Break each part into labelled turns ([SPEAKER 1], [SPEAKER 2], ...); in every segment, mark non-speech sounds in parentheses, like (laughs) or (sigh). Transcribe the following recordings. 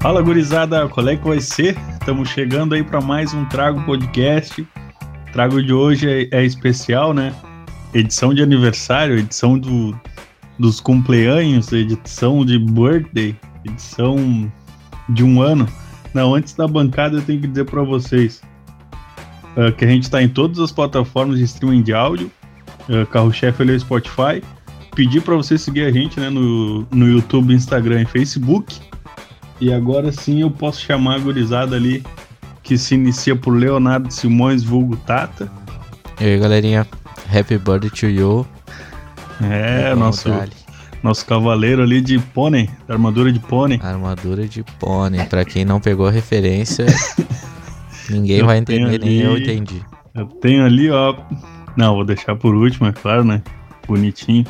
[SPEAKER 1] Fala gurizada, qual é que vai ser? Estamos chegando aí para mais um Trago Podcast. O trago de hoje é, é especial, né? Edição de aniversário, edição do, dos cumpleaños, edição de birthday, edição de um ano. Não, antes da bancada eu tenho que dizer para vocês uh, que a gente está em todas as plataformas de streaming de áudio, uh, carro-chefe ali é o Spotify. Pedir para vocês seguir a gente né, no, no YouTube, Instagram e Facebook. E agora sim eu posso chamar a gurizada ali que se inicia por Leonardo Simões, vulgo Tata.
[SPEAKER 2] E aí, galerinha. Happy birthday to you.
[SPEAKER 1] É, nosso, nosso cavaleiro ali de pônei, da armadura de pônei.
[SPEAKER 2] Armadura de pônei. Pra quem não pegou a
[SPEAKER 1] (laughs)
[SPEAKER 2] referência, ninguém vai entender,
[SPEAKER 1] tenho
[SPEAKER 2] nem eu
[SPEAKER 1] ali-
[SPEAKER 2] entendi.
[SPEAKER 1] Eu tenho ali, ó. Não, vou deixar por último, é claro, né? Bonitinho.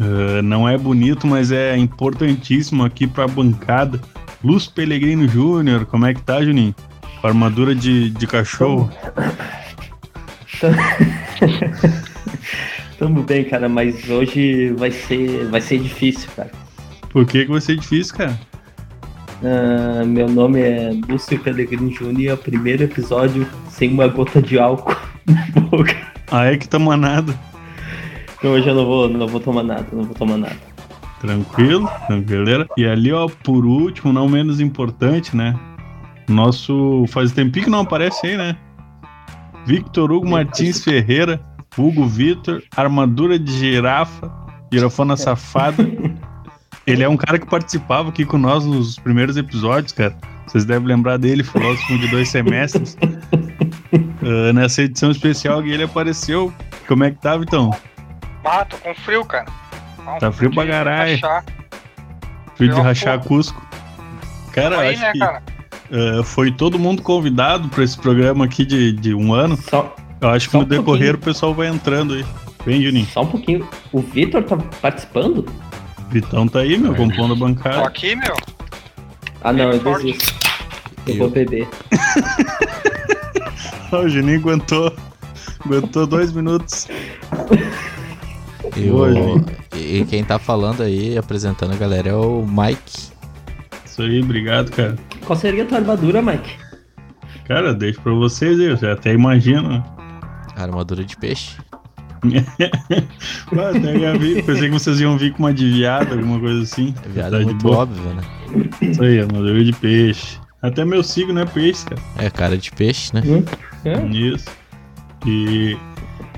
[SPEAKER 1] Ah, não é bonito, mas é importantíssimo aqui pra bancada. Luz Pelegrino Júnior, como é que tá, Juninho? Com a armadura de, de cachorro.
[SPEAKER 3] Tamo bem, cara, mas hoje vai ser, vai ser difícil, cara.
[SPEAKER 1] Por que, que vai ser difícil, cara?
[SPEAKER 3] Ah, meu nome é Lúcio Pellegrini Jr. Primeiro episódio sem uma gota de álcool (laughs) na boca.
[SPEAKER 1] Ah, é que tá manado.
[SPEAKER 3] Então hoje eu não vou, não vou tomar nada, não vou tomar nada.
[SPEAKER 1] Tranquilo, tranquileira. E ali, ó, por último, não menos importante, né? Nosso. Faz tempinho que não aparece aí, né? Victor Hugo Martins Ferreira, Hugo Vitor, armadura de girafa, girafona safada. Ele é um cara que participava aqui com nós nos primeiros episódios, cara. Vocês devem lembrar dele, filósofo de dois semestres. Ah, nessa edição especial que ele apareceu. Como é que tá, Vitão?
[SPEAKER 4] Ah, tô com frio, cara. um
[SPEAKER 1] Tá frio pra
[SPEAKER 4] de
[SPEAKER 1] caralho.
[SPEAKER 4] rachar.
[SPEAKER 1] Fio de
[SPEAKER 4] Pior
[SPEAKER 1] rachar Cusco. Cara,
[SPEAKER 4] Aí,
[SPEAKER 1] acho
[SPEAKER 4] né,
[SPEAKER 1] que
[SPEAKER 4] cara?
[SPEAKER 1] eh, foi todo mundo convidado pra esse programa aqui de, de um ano.
[SPEAKER 3] Só,
[SPEAKER 1] Eu acho que
[SPEAKER 3] Só
[SPEAKER 1] no
[SPEAKER 3] um
[SPEAKER 1] decorrer o pessoal vai entrando aí. Vem, Juninho.
[SPEAKER 3] só um pouquinho. O Vitor tá participando?
[SPEAKER 1] Vitão tá aí, meu, compondo a
[SPEAKER 4] Tô
[SPEAKER 1] bancada.
[SPEAKER 4] aqui, meu.
[SPEAKER 3] Ah não, eu
[SPEAKER 4] Forte.
[SPEAKER 3] desisto. Eu
[SPEAKER 2] Eu.
[SPEAKER 3] vou beber.
[SPEAKER 1] (laughs) o Juninho aguentou. Aguentou dois minutos.
[SPEAKER 2] Eu-
[SPEAKER 1] Boa,
[SPEAKER 2] e e quem tá falando aí, apresentando a galera, é o Mike.
[SPEAKER 1] Isso aí, obrigado, cara.
[SPEAKER 3] Qual seria a tua armadura, Mike?
[SPEAKER 1] Cara, deixo pra vocês aí, eu já até imagino. né?
[SPEAKER 2] Armadura de peixe.
[SPEAKER 1] Ah, até já vi. Pensei que vocês iam vir com uma de viado, alguma coisa assim.
[SPEAKER 2] Viado
[SPEAKER 1] Tá
[SPEAKER 2] é
[SPEAKER 1] de
[SPEAKER 2] muito
[SPEAKER 1] boa.
[SPEAKER 2] óbvio, né?
[SPEAKER 1] Isso aí, armadura de peixe. Até meu signo é peixe, cara.
[SPEAKER 2] É cara de peixe, né? (laughs)
[SPEAKER 3] Hum? Hã?
[SPEAKER 1] Isso. E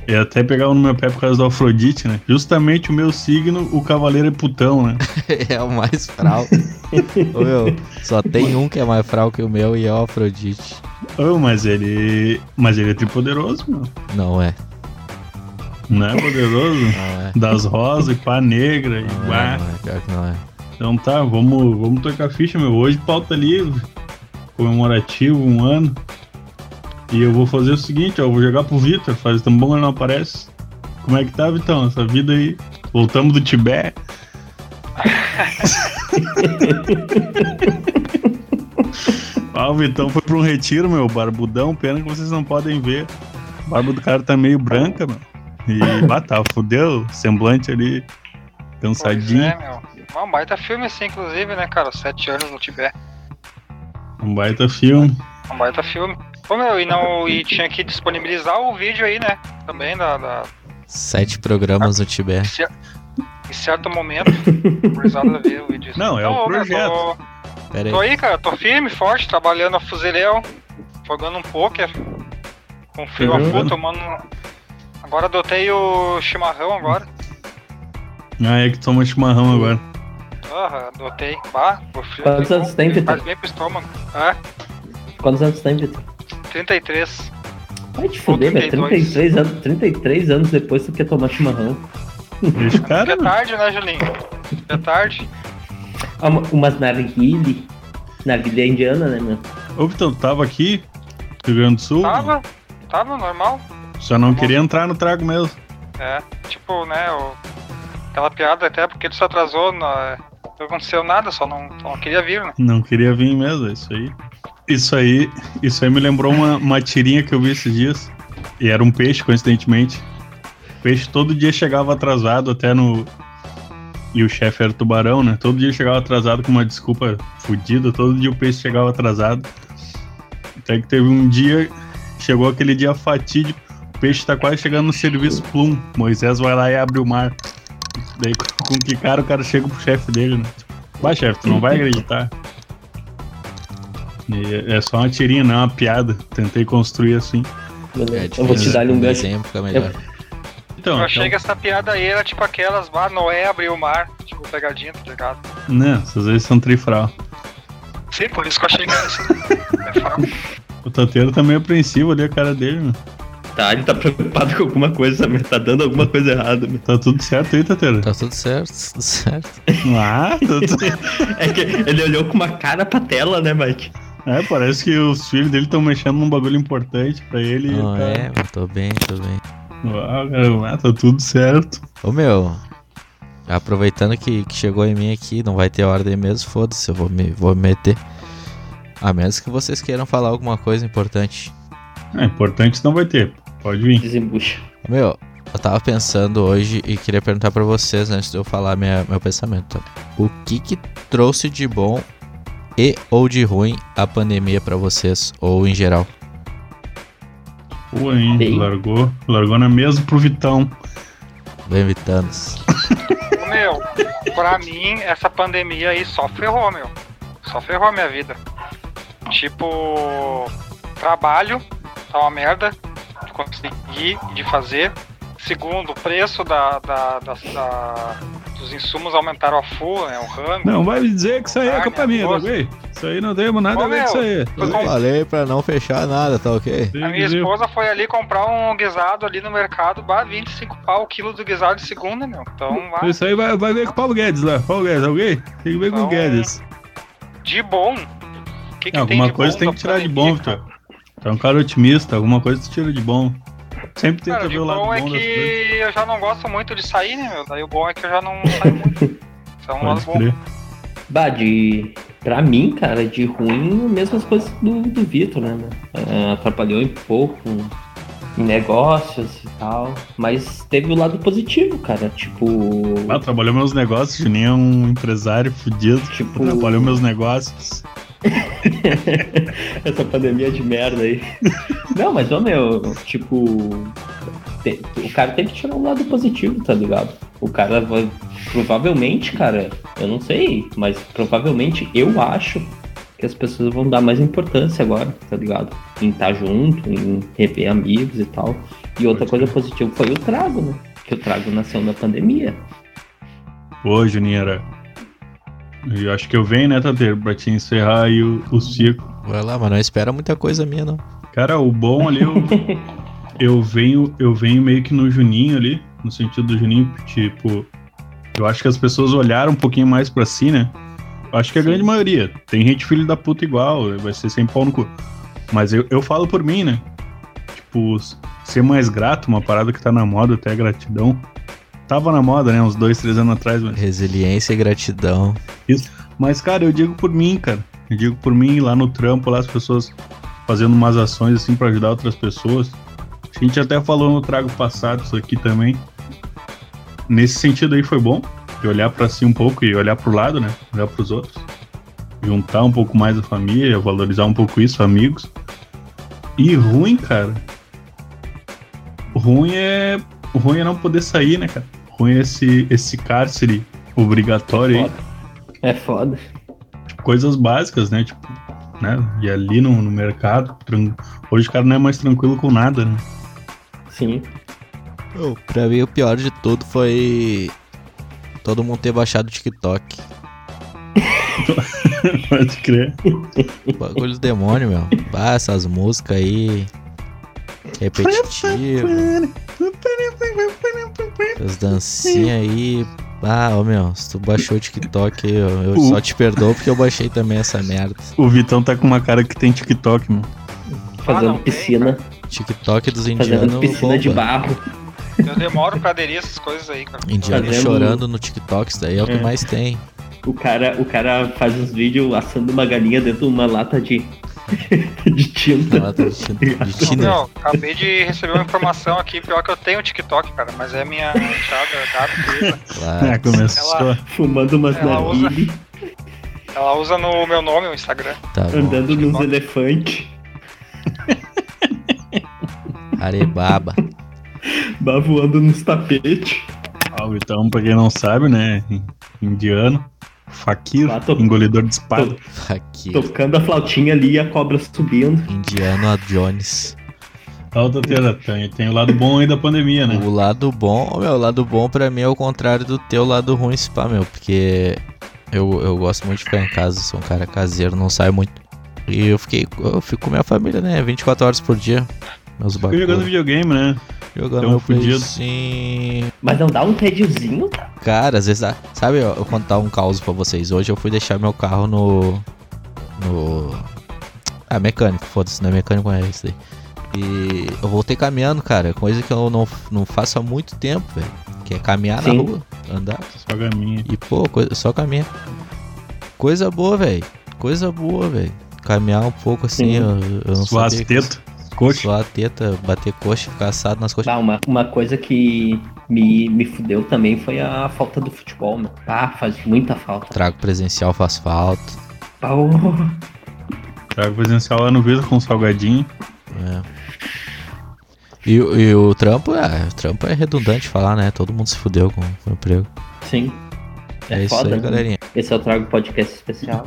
[SPEAKER 1] eu até pegava no meu pé por causa do Afrodite, né? Justamente o meu signo, o cavaleiro é putão, né?
[SPEAKER 2] É o mais
[SPEAKER 1] (laughs)
[SPEAKER 2] fral. Ô, meu, só tem um que é mais fral que o meu e é o Afrodite.
[SPEAKER 1] Oh, mas ele. Mas ele é tripoderoso, meu.
[SPEAKER 2] Não é.
[SPEAKER 1] Não é poderoso?
[SPEAKER 2] (laughs) Não é.
[SPEAKER 1] Das rosas e pá negra e
[SPEAKER 2] Não é,
[SPEAKER 1] guá.
[SPEAKER 2] não é. Pior que não é.
[SPEAKER 1] Então tá, vamos, vamos tocar a ficha, meu. Hoje pauta livre. Comemorativo, um ano. E eu vou fazer o seguinte, ó. Eu vou jogar pro Vitor. Faz tão bom ele não aparece. Como é que tá, Vitão? Essa vida aí. Voltamos do Tibete. ah, o Vitão foi pra um retiro, meu. Barbudão. Pena que vocês não podem ver. A barba do cara tá meio branca, meu. E bah, tá, fudeu. Semblante ali. Cansadinho.
[SPEAKER 4] Pois é, meu. Um baita filme assim, inclusive, né, cara? Sete anos no Tibete.
[SPEAKER 1] Um baita filme.
[SPEAKER 4] Um baita filme. Ô, meu, e,
[SPEAKER 1] (laughs)
[SPEAKER 4] não, e tinha que disponibilizar o vídeo aí, né? Também, da, da-
[SPEAKER 2] Sete programas no
[SPEAKER 1] É.
[SPEAKER 2] Tibete.
[SPEAKER 4] em certo momento. Gurizada ver o vídeo.
[SPEAKER 1] Não, é o
[SPEAKER 4] ô, meu,
[SPEAKER 1] projeto.
[SPEAKER 2] Pera
[SPEAKER 4] Tô,
[SPEAKER 2] aí.
[SPEAKER 4] tô aí, cara. Tô firme, forte, trabalhando a fuzileão. Jogando um pôquer. Com frio a
[SPEAKER 1] Uhum.
[SPEAKER 4] fogo, tomando... Agora adotei o chimarrão agora.
[SPEAKER 1] Ah, é que toma chimarrão agora.
[SPEAKER 4] Aham, adotei. Bah, o frio
[SPEAKER 3] Quantos
[SPEAKER 4] bom,
[SPEAKER 3] anos tem,
[SPEAKER 4] ele
[SPEAKER 3] Vitor?
[SPEAKER 4] Faz bem pro estômago. Ah,
[SPEAKER 3] Quantos anos tem, Vitor?
[SPEAKER 4] 33.
[SPEAKER 3] Vai te fuder, velho.
[SPEAKER 4] 32.
[SPEAKER 3] 33 anos, 33 anos depois tu quer tomar chimarrão.
[SPEAKER 1] Deixa o
[SPEAKER 4] Já
[SPEAKER 1] cara.
[SPEAKER 4] (laughs) é tarde, né, Julinho? Já é tarde.
[SPEAKER 3] Ah, uma- umas narguile. Narguilha indiana, né, meu?
[SPEAKER 1] Ô, Vitão, tu tava aqui, Rio Grande do Sul.
[SPEAKER 4] Tava, tava normal.
[SPEAKER 1] Só não queria entrar no trago mesmo.
[SPEAKER 4] É, tipo, né, o- aquela piada até porque tu se atrasou, na- não aconteceu nada, só não, só não queria vir, né?
[SPEAKER 1] Não queria vir mesmo, é isso aí. Isso aí, isso aí me lembrou uma, uma tirinha que eu vi esses dias. E era um peixe, coincidentemente. O peixe todo dia chegava atrasado até no. E o chefe era tubarão, né? Todo dia ele chegava atrasado com uma desculpa fodida, todo dia o peixe chegava atrasado. Até que teve um dia, chegou aquele dia fatídico, o peixe tá quase chegando no serviço plum. Moisés vai lá e abre o mar. Daí com- com que cara o cara chega pro chefe dele, né? Vai, chefe, tu não vai acreditar. E é é só uma tirinha, não é uma piada. Tentei construir assim.
[SPEAKER 3] Beleza.
[SPEAKER 2] É
[SPEAKER 3] eu vou te
[SPEAKER 2] difícil,
[SPEAKER 3] dar ali um
[SPEAKER 2] com
[SPEAKER 3] gancho.
[SPEAKER 2] desenho fica melhor.
[SPEAKER 1] Então,
[SPEAKER 4] Eu
[SPEAKER 1] então-
[SPEAKER 4] achei que essa piada aí era tipo aquelas, bah, Noé abriu o mar, tipo, pegadinha, tá ligado?
[SPEAKER 1] Não, né, essas vezes são trifral.
[SPEAKER 4] Sim, por isso que eu achei que era isso. É fato.
[SPEAKER 1] O Tateiro tá meio apreensivo ali, a cara dele, mano.
[SPEAKER 3] Tá, ele tá preocupado com alguma coisa, meu. Tá dando alguma coisa errada, né? meu.
[SPEAKER 1] Tá tudo certo aí, Tateiro?
[SPEAKER 2] Tá tudo certo, tudo certo.
[SPEAKER 1] Ah, tá tudo...
[SPEAKER 2] (laughs)
[SPEAKER 3] É que ele olhou com uma cara pra tela, né, Mike?
[SPEAKER 1] É, parece que os filhos dele estão mexendo num bagulho importante pra ele. e
[SPEAKER 2] Não
[SPEAKER 1] tá...
[SPEAKER 2] é, mas tô bem, tô bem.
[SPEAKER 1] Ah, cara, ah, tá tudo certo.
[SPEAKER 2] Ô meu, aproveitando que, que chegou em mim aqui, não vai ter ordem mesmo, foda-se, eu vou me, vou me meter. A menos que vocês queiram falar alguma coisa importante.
[SPEAKER 1] É, importante não vai ter. Pode vir.
[SPEAKER 3] Desembucha.
[SPEAKER 2] Ô meu, eu tava pensando hoje e queria perguntar pra vocês antes de eu falar minha, meu pensamento. tá? O que que trouxe de bom e ou de ruim a pandemia pra vocês, ou em geral?
[SPEAKER 1] Pô, hein?
[SPEAKER 3] Bem.
[SPEAKER 1] Largou. Largou na mesa pro Vitão.
[SPEAKER 2] Bem, Vitanos.
[SPEAKER 4] Meu, pra mim, essa pandemia aí só ferrou, meu. Só ferrou a minha vida. Tipo, trabalho, tá uma merda de conseguir, de fazer. Segundo, o preço da, da- das- da- dos insumos aumentaram a full, né? O rango.
[SPEAKER 1] Não, vai me dizer que isso aí é
[SPEAKER 4] Ah,
[SPEAKER 1] culpa
[SPEAKER 4] minha
[SPEAKER 1] minha, tá
[SPEAKER 4] moça.
[SPEAKER 1] ok? Isso aí não temos nada
[SPEAKER 4] Ô,
[SPEAKER 1] a ver com isso aí. tá
[SPEAKER 4] eu
[SPEAKER 1] ok?
[SPEAKER 2] falei pra não fechar nada, tá ok?
[SPEAKER 1] Tem
[SPEAKER 4] A
[SPEAKER 1] que
[SPEAKER 4] minha
[SPEAKER 1] dizer.
[SPEAKER 4] esposa foi ali comprar um guisado ali no mercado, bah, 25 pau o quilo do guisado de segunda, meu. Então, bah,
[SPEAKER 1] Isso aí vai, vai ver com o Paulo Guedes lá. Paulo Guedes, alguém? Tem que ver com o
[SPEAKER 4] Então,
[SPEAKER 1] Guedes.
[SPEAKER 4] de bom. O que que tem
[SPEAKER 1] É, alguma
[SPEAKER 4] de
[SPEAKER 1] coisa
[SPEAKER 4] bom
[SPEAKER 1] tem
[SPEAKER 4] da
[SPEAKER 1] que tirar de
[SPEAKER 4] pandemia,
[SPEAKER 1] bom,
[SPEAKER 4] cara?
[SPEAKER 1] Vitor. Tu é um cara otimista, alguma coisa tu tira de bom. Sempre tenta
[SPEAKER 4] Cara,
[SPEAKER 1] ver
[SPEAKER 4] de
[SPEAKER 1] o lado
[SPEAKER 4] bom é
[SPEAKER 1] bom das coisas.
[SPEAKER 4] que eu já não gosto muito de sair, né, meu? Daí o bom é que eu já não saio muito. Então, um lado
[SPEAKER 1] Pode
[SPEAKER 4] bom.
[SPEAKER 1] crer.
[SPEAKER 3] Bah, de. Pra mim, cara, de ruim, mesmas coisas do, do Vitor, né? meu? Ah, Atrapalhou um pouco em negócios e tal. Mas teve o lado positivo, cara. Tipo.
[SPEAKER 1] Ah, trabalhou meus negócios, Juninho é um empresário fudido.
[SPEAKER 3] Tipo-
[SPEAKER 1] Trabalhou meus negócios.
[SPEAKER 3] (laughs) Essa pandemia de merda aí. Não, mas, ô meu, tipo. te- o cara tem que tirar um lado positivo, tá ligado? O cara vai. Provavelmente, cara, eu não sei, mas provavelmente eu acho que as pessoas vão dar mais importância agora, tá ligado? Em estar junto, em rever amigos e tal. E outra coisa positiva foi o trago, né? Que o trago nasceu na pandemia.
[SPEAKER 1] Pô, Juninho, era. Eu acho que eu venho, né, Tateiro, pra te encerrar aí o, o ciclo.
[SPEAKER 2] Vai lá, mas não espera muita coisa minha, não.
[SPEAKER 1] Cara, o bom ali, eu, eu venho, eu venho meio que no Juninho ali, no sentido do Juninho, tipo, eu acho que as pessoas olharam um pouquinho mais pra si, né? Eu acho que a
[SPEAKER 3] Sim.
[SPEAKER 1] grande maioria. Tem gente filho da puta igual, vai ser sem pau no cu. Mas eu, eu falo por mim, né? Tipo, s- ser mais grato, uma parada que tá na moda, até a gratidão. Tava na moda, né? Uns dois, três anos atrás, mas
[SPEAKER 2] Resiliência e gratidão.
[SPEAKER 1] Mas, cara, eu digo por mim, cara. Eu digo por mim, lá no trampo, lá as pessoas fazendo umas ações assim pra ajudar outras pessoas. A gente até falou no trago passado isso aqui também. Nesse sentido aí foi bom, de olhar pra si um pouco e olhar pro lado, né? Olhar pros outros. Juntar um pouco mais a família, valorizar um pouco isso, amigos. E ruim, cara. Ruim é. Ruim é não poder sair, né, cara? Ruim é esse, esse cárcere obrigatório aí
[SPEAKER 3] Foda. É foda.
[SPEAKER 1] coisas básicas, né? Tipo, né? E ali no, no mercado, tran- hoje o cara não é mais tranquilo com nada, né? (laughs)
[SPEAKER 3] Sim.
[SPEAKER 2] Meu, pra mim o pior de tudo foi todo mundo ter baixado o TikTok.
[SPEAKER 1] Pode crer.
[SPEAKER 2] Bagulho do demônio, meu. Ah, essas músicas aí. Repetitivas. Essas dancinhas aí. Ah, ô meu, se tu baixou o TikTok, eu, eu
[SPEAKER 1] O-
[SPEAKER 2] só te perdoo porque eu baixei também essa merda.
[SPEAKER 1] O Vitão tá com uma cara que tem TikTok, mano.
[SPEAKER 3] Fazendo
[SPEAKER 4] não tem,
[SPEAKER 3] piscina.
[SPEAKER 2] TikTok dos indianos. é
[SPEAKER 3] Fazendo piscina de
[SPEAKER 2] bomba.
[SPEAKER 3] barro.
[SPEAKER 4] Eu demoro pra aderir essas coisas aí, cara.
[SPEAKER 2] Indiano
[SPEAKER 3] Fazendo-
[SPEAKER 2] chorando no TikTok, isso daí é o que
[SPEAKER 1] É.
[SPEAKER 2] mais tem.
[SPEAKER 3] O cara, o cara faz uns vídeos assando uma galinha dentro de (laughs) uma lata de de tinta.
[SPEAKER 2] Ela tá de China. De China.
[SPEAKER 4] Não, acabei de receber uma informação aqui, pior que eu tenho TikTok, cara, mas é minha enteada, gata, querida.
[SPEAKER 1] É,
[SPEAKER 2] Claro.
[SPEAKER 1] começou.
[SPEAKER 4] Ela-
[SPEAKER 3] Fumando umas
[SPEAKER 4] Ela usa-
[SPEAKER 3] narguile,
[SPEAKER 4] Ela usa no meu nome o Instagram.
[SPEAKER 2] Tá bom.
[SPEAKER 3] andando nos
[SPEAKER 4] TikTok.
[SPEAKER 3] elefantes.
[SPEAKER 2] Arebaba.
[SPEAKER 3] Bah, voando nos tapetes.
[SPEAKER 1] Ah, o Vitão, pra quem não sabe, né? Indiano, faquir,
[SPEAKER 3] Ah, tô-
[SPEAKER 1] engolidor de espada.
[SPEAKER 2] Aqui.
[SPEAKER 3] Tocando a flautinha ali e a cobra subindo.
[SPEAKER 2] Indiano a Jones.
[SPEAKER 1] Alta terra, Tá, tem, tem o lado bom aí da pandemia, né?
[SPEAKER 2] O lado bom, meu, o lado bom pra mim é o contrário do teu lado ruim, spa, meu, porque eu, eu gosto muito de ficar em casa, sou um cara caseiro, não saio muito. E eu fiquei, eu fico com minha família, né? 24 horas por dia. Meus
[SPEAKER 1] Fica jogando
[SPEAKER 2] bagulhos.
[SPEAKER 1] videogame, né?
[SPEAKER 2] Jogando
[SPEAKER 1] tão
[SPEAKER 2] meu
[SPEAKER 1] fudido.
[SPEAKER 2] sim.
[SPEAKER 3] Mas não dá um tédiozinho, cara.
[SPEAKER 2] Cara, às vezes dá. Sabe, eu vou contar um caos pra vocês. Hoje eu fui deixar meu carro no. No. Ah, mecânico, foda-se, não é mecânico, é isso daí. E eu voltei caminhando, cara, coisa que eu não, não faço há muito tempo, velho. Que é caminhar
[SPEAKER 3] Sim.
[SPEAKER 2] na rua, andar.
[SPEAKER 1] Só gaminha.
[SPEAKER 2] E pô, coisa, só caminha. Coisa boa, velho. Coisa boa, velho. Caminhar um pouco assim,
[SPEAKER 3] Sim.
[SPEAKER 2] eu, eu não
[SPEAKER 1] Suas
[SPEAKER 2] sabia. que-
[SPEAKER 1] tetas, coxa.
[SPEAKER 2] Suar a teta, bater coxa, ficar assado nas coxas.
[SPEAKER 3] Bah, uma, uma coisa que me, me fudeu também foi a falta do futebol, meu. Ah, faz muita falta.
[SPEAKER 2] Trago presencial, faz falta.
[SPEAKER 3] Bah, ô,
[SPEAKER 1] Trago Tá presencial lá no Vitor com um salgadinho.
[SPEAKER 2] É. E, o- e o trampo, ah, o trampo é redundante falar, né? Todo mundo se fudeu com, com o emprego.
[SPEAKER 3] Sim.
[SPEAKER 2] É,
[SPEAKER 3] É,
[SPEAKER 2] isso
[SPEAKER 3] foda,
[SPEAKER 2] aí,
[SPEAKER 3] né?
[SPEAKER 2] galerinha.
[SPEAKER 3] Esse eu trago podcast especial.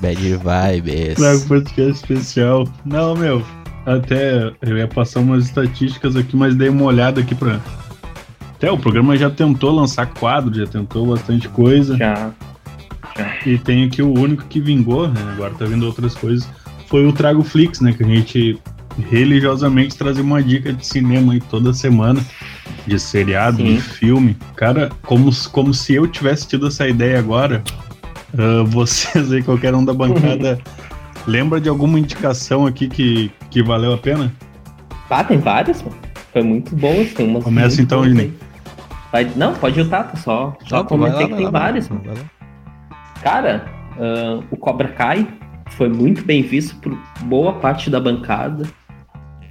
[SPEAKER 2] Bad vibes.
[SPEAKER 1] Trago podcast especial. Não, meu. Até eu ia passar umas estatísticas aqui, mas dei uma olhada aqui pra. Até o programa já tentou lançar quadro, já tentou bastante coisa.
[SPEAKER 3] Já.
[SPEAKER 1] E tem aqui o único que vingou, né? Agora tá vindo outras coisas. Foi o Trago Flix, né? Que a gente religiosamente trazia uma dica de cinema aí toda semana. De seriado,
[SPEAKER 3] Sim.
[SPEAKER 1] de filme. Cara, como, s- como se eu tivesse tido essa ideia agora. ah, vocês aí, qualquer um da
[SPEAKER 3] (laughs)
[SPEAKER 1] bancada, lembra de alguma indicação aqui que, que valeu a pena?
[SPEAKER 3] Ah, tem várias, mano. Foi muito boas, tem umas.
[SPEAKER 1] Começa
[SPEAKER 3] muito
[SPEAKER 1] então,
[SPEAKER 3] boas
[SPEAKER 1] Juninho.
[SPEAKER 3] aí. Vai- não, pode ir o Tato, só. Só
[SPEAKER 2] Tá, pô, vai lá,
[SPEAKER 3] comentei que
[SPEAKER 2] vai
[SPEAKER 3] tem
[SPEAKER 2] lá,
[SPEAKER 3] várias,
[SPEAKER 2] vai
[SPEAKER 3] mano.
[SPEAKER 2] lá, vai lá.
[SPEAKER 3] Cara, ah, o Cobra Kai foi muito bem visto por boa parte da bancada,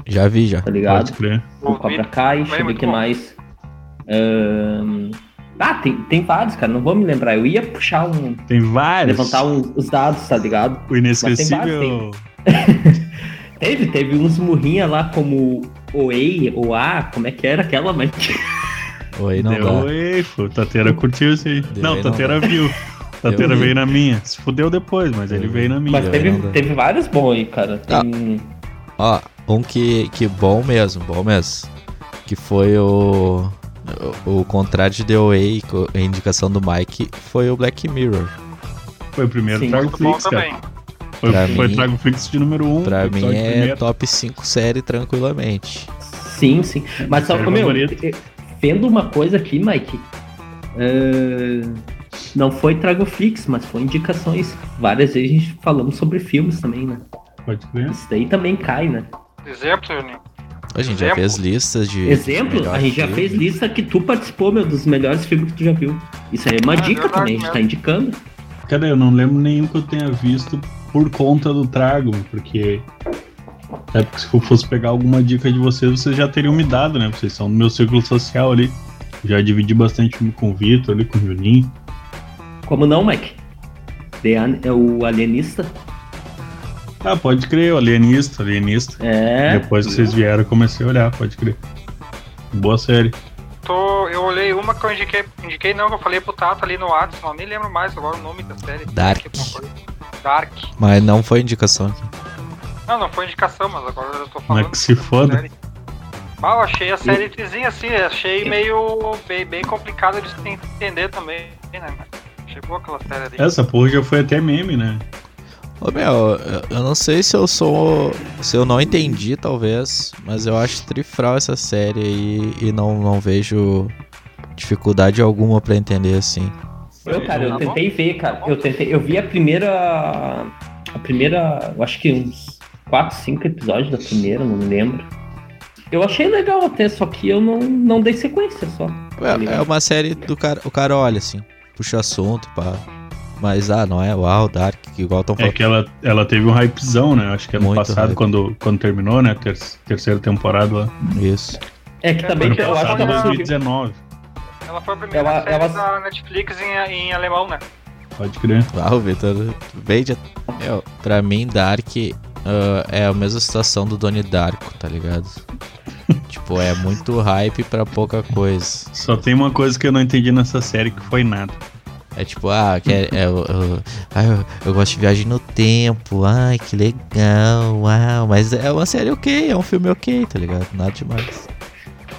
[SPEAKER 2] Já vi, já.
[SPEAKER 3] tá
[SPEAKER 1] Pode
[SPEAKER 3] ligado?
[SPEAKER 1] crer.
[SPEAKER 3] O Cobra Kai, deixa eu ver o
[SPEAKER 4] muito
[SPEAKER 3] que
[SPEAKER 4] bom.
[SPEAKER 3] mais. Ahn, Ah, tem, tem vários, cara, não vou me lembrar. Eu ia puxar um.
[SPEAKER 1] Tem vários.
[SPEAKER 3] levantar um- os dados, tá ligado?
[SPEAKER 1] O inesquecível.
[SPEAKER 3] Teve, teve uns murrinha lá como Oei, Oá, como é que era aquela, mas.
[SPEAKER 2] Oi, não
[SPEAKER 1] Deu
[SPEAKER 2] dá.
[SPEAKER 1] ei, pô. Tateira curtiu isso aí.
[SPEAKER 2] Deu
[SPEAKER 1] não,
[SPEAKER 2] ei, não
[SPEAKER 1] Tateira viu.
[SPEAKER 2] Deu
[SPEAKER 1] Tateira
[SPEAKER 2] ei.
[SPEAKER 1] veio na minha. Se fudeu depois, mas
[SPEAKER 2] Deu
[SPEAKER 1] ele
[SPEAKER 2] ei.
[SPEAKER 1] veio na minha.
[SPEAKER 3] Mas
[SPEAKER 2] Não, não.
[SPEAKER 3] teve, teve vários bons aí, cara.
[SPEAKER 2] Ah,
[SPEAKER 3] Tem-
[SPEAKER 2] Ó, um que, que bom mesmo, bom mesmo. Que foi o. O, o contrário de The Way, co- a indicação do Mike, foi o Black Mirror.
[SPEAKER 1] Foi o primeiro
[SPEAKER 3] Sim.
[SPEAKER 1] Trago
[SPEAKER 4] é Muito bom
[SPEAKER 1] Flix, cara.
[SPEAKER 4] também.
[SPEAKER 1] Foi,
[SPEAKER 2] Pra
[SPEAKER 1] foi
[SPEAKER 2] mim-
[SPEAKER 1] Trago Flix de número 1. Um,
[SPEAKER 2] Pra mim
[SPEAKER 1] episódio
[SPEAKER 2] é
[SPEAKER 1] primeiro.
[SPEAKER 2] top 5 série tranquilamente.
[SPEAKER 3] Sim, sim. Mas só
[SPEAKER 1] Série
[SPEAKER 3] que, meu,
[SPEAKER 1] favorita.
[SPEAKER 3] eh, vendo uma coisa aqui, Mike. eh, não foi Trago Flix, mas foi indicações. Várias vezes a gente falamos sobre filmes também, né?
[SPEAKER 1] Pode crer.
[SPEAKER 3] Isso daí também cai, né?
[SPEAKER 4] Exemplo, Juninho.
[SPEAKER 2] A gente já
[SPEAKER 4] Exemplo.
[SPEAKER 2] fez listas de.
[SPEAKER 3] Exemplo, a gente já fez
[SPEAKER 2] listas.
[SPEAKER 3] lista que tu participou, meu, dos melhores filmes que tu já viu. Isso aí é uma
[SPEAKER 4] Ah,
[SPEAKER 3] dica
[SPEAKER 4] verdade,
[SPEAKER 3] também, a gente
[SPEAKER 4] né?
[SPEAKER 3] tá indicando.
[SPEAKER 1] Cara, eu não lembro nenhum que eu tenha visto por conta do Trago, porque. É porque se eu fosse pegar alguma dica de vocês, vocês já teriam me dado, né? Vocês são do meu círculo social ali. Já dividi bastante filme com o Vitor ali, com o Juninho.
[SPEAKER 3] Como não, Mike? The An- é o alienista?
[SPEAKER 1] Ah, pode crer, o alienista, alienista.
[SPEAKER 3] É.
[SPEAKER 1] Depois que vocês vieram, eu comecei a olhar, pode crer. Boa série.
[SPEAKER 4] Tô, eu olhei uma que eu indiquei, indiquei não, que eu falei pro Tato ali no WhatsApp, não, nem lembro mais agora o nome da série.
[SPEAKER 2] Dark.
[SPEAKER 4] Que é alguma coisa. Dark.
[SPEAKER 2] Mas não foi indicação aqui.
[SPEAKER 4] Não, não foi indicação, mas agora eu tô
[SPEAKER 1] Mas
[SPEAKER 4] falando.
[SPEAKER 1] que se foda.
[SPEAKER 4] série. Mal, achei a série trizinha assim, achei meio bem, bem complicada de se entender também, né? Chegou aquela série ali.
[SPEAKER 1] Essa porra já foi até meme, né?
[SPEAKER 2] Ô meu, eu- eu não sei se eu sou. Se eu não entendi, talvez, mas eu acho trifral essa série aí e não, não vejo dificuldade alguma pra entender assim.
[SPEAKER 3] Eu, cara, eu
[SPEAKER 4] Tá
[SPEAKER 3] tentei ver, cara. Eu tentei, eu vi a primeira. A primeira. Eu acho que uns 4, 5 episódios da primeira, não me lembro. Eu achei legal até, só que eu não, não dei sequência só.
[SPEAKER 2] É, é uma série do cara. O cara olha assim, puxa assunto, pá. Mas ah, não é? Uau, Dark, que igual estão
[SPEAKER 1] É
[SPEAKER 2] falando.
[SPEAKER 1] que ela, ela teve um hypezão, né? Acho que ano
[SPEAKER 2] Muito
[SPEAKER 1] passado,
[SPEAKER 2] hype.
[SPEAKER 1] quando, quando terminou, né? Ter- terceira temporada lá.
[SPEAKER 2] Isso.
[SPEAKER 3] É que
[SPEAKER 4] É,
[SPEAKER 3] também
[SPEAKER 1] Ano
[SPEAKER 4] Bem,
[SPEAKER 3] eu acho
[SPEAKER 1] passado,
[SPEAKER 3] que ela surgiu.
[SPEAKER 1] 2019.
[SPEAKER 4] Ela foi a primeira
[SPEAKER 3] Ela-
[SPEAKER 4] série
[SPEAKER 3] ela-
[SPEAKER 4] da Netflix em, em alemão, né?
[SPEAKER 1] Pode crer.
[SPEAKER 2] Ah, o Vitor veio de... Meu, pra mim, Dark ah, é a mesma situação do Donnie Darko, tá ligado? tipo, é muito hype pra pouca coisa.
[SPEAKER 1] Só tem uma coisa que eu não entendi nessa série que foi nada.
[SPEAKER 2] É tipo, ah, que é, é, eu, eu, ah, eu- eu gosto de viagem no tempo, ai, que legal, uau. Mas é uma série ok, é um filme ok, tá ligado? Nada demais.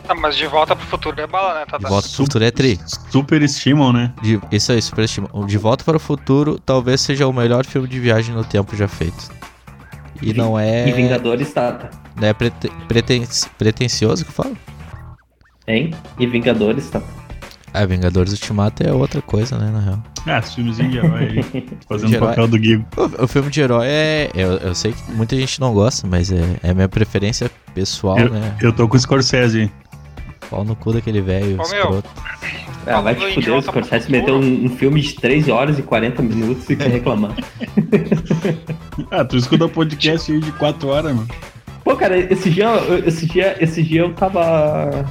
[SPEAKER 4] Tá, mas de volta pro futuro é bala, né,
[SPEAKER 2] De
[SPEAKER 4] Tata?
[SPEAKER 2] volta pro futuro é tri.
[SPEAKER 1] Super estimam, né?
[SPEAKER 2] De- isso aí, superestima. O De Volta para o Futuro talvez seja o melhor filme de viagem no tempo já feito. E não é.
[SPEAKER 3] E Vingadores tá, Tata.
[SPEAKER 2] Não é prete, preten- pretencioso que fala?
[SPEAKER 3] Hein? E Vingadores tá. Tata.
[SPEAKER 2] Ah, Vingadores Ultimato é outra coisa, né, na real.
[SPEAKER 1] Ah, os filmezinhos de herói
[SPEAKER 3] (laughs)
[SPEAKER 1] aí.
[SPEAKER 2] De
[SPEAKER 1] Fazendo o
[SPEAKER 2] herói.
[SPEAKER 1] papel do Guigo.
[SPEAKER 2] O, o filme de herói é. Eu, eu sei que muita gente não gosta, mas é, é minha preferência pessoal, né?
[SPEAKER 1] Eu tô com o Scorsese.
[SPEAKER 2] Pau no cu daquele velho
[SPEAKER 4] Ô, meu.
[SPEAKER 2] escroto.
[SPEAKER 3] Ah, vai
[SPEAKER 4] Falando
[SPEAKER 3] te
[SPEAKER 4] em
[SPEAKER 3] fuder,
[SPEAKER 4] volta
[SPEAKER 3] o Scorsese
[SPEAKER 4] pro
[SPEAKER 3] meteu
[SPEAKER 4] futuro.
[SPEAKER 3] um, um filme de 13 horas e 40 minutos e quer reclamar.
[SPEAKER 1] Ah, tu escuta podcast aí de 4 horas, mano.
[SPEAKER 3] Pô, cara, esse dia, eu- esse dia, esse dia eu tava.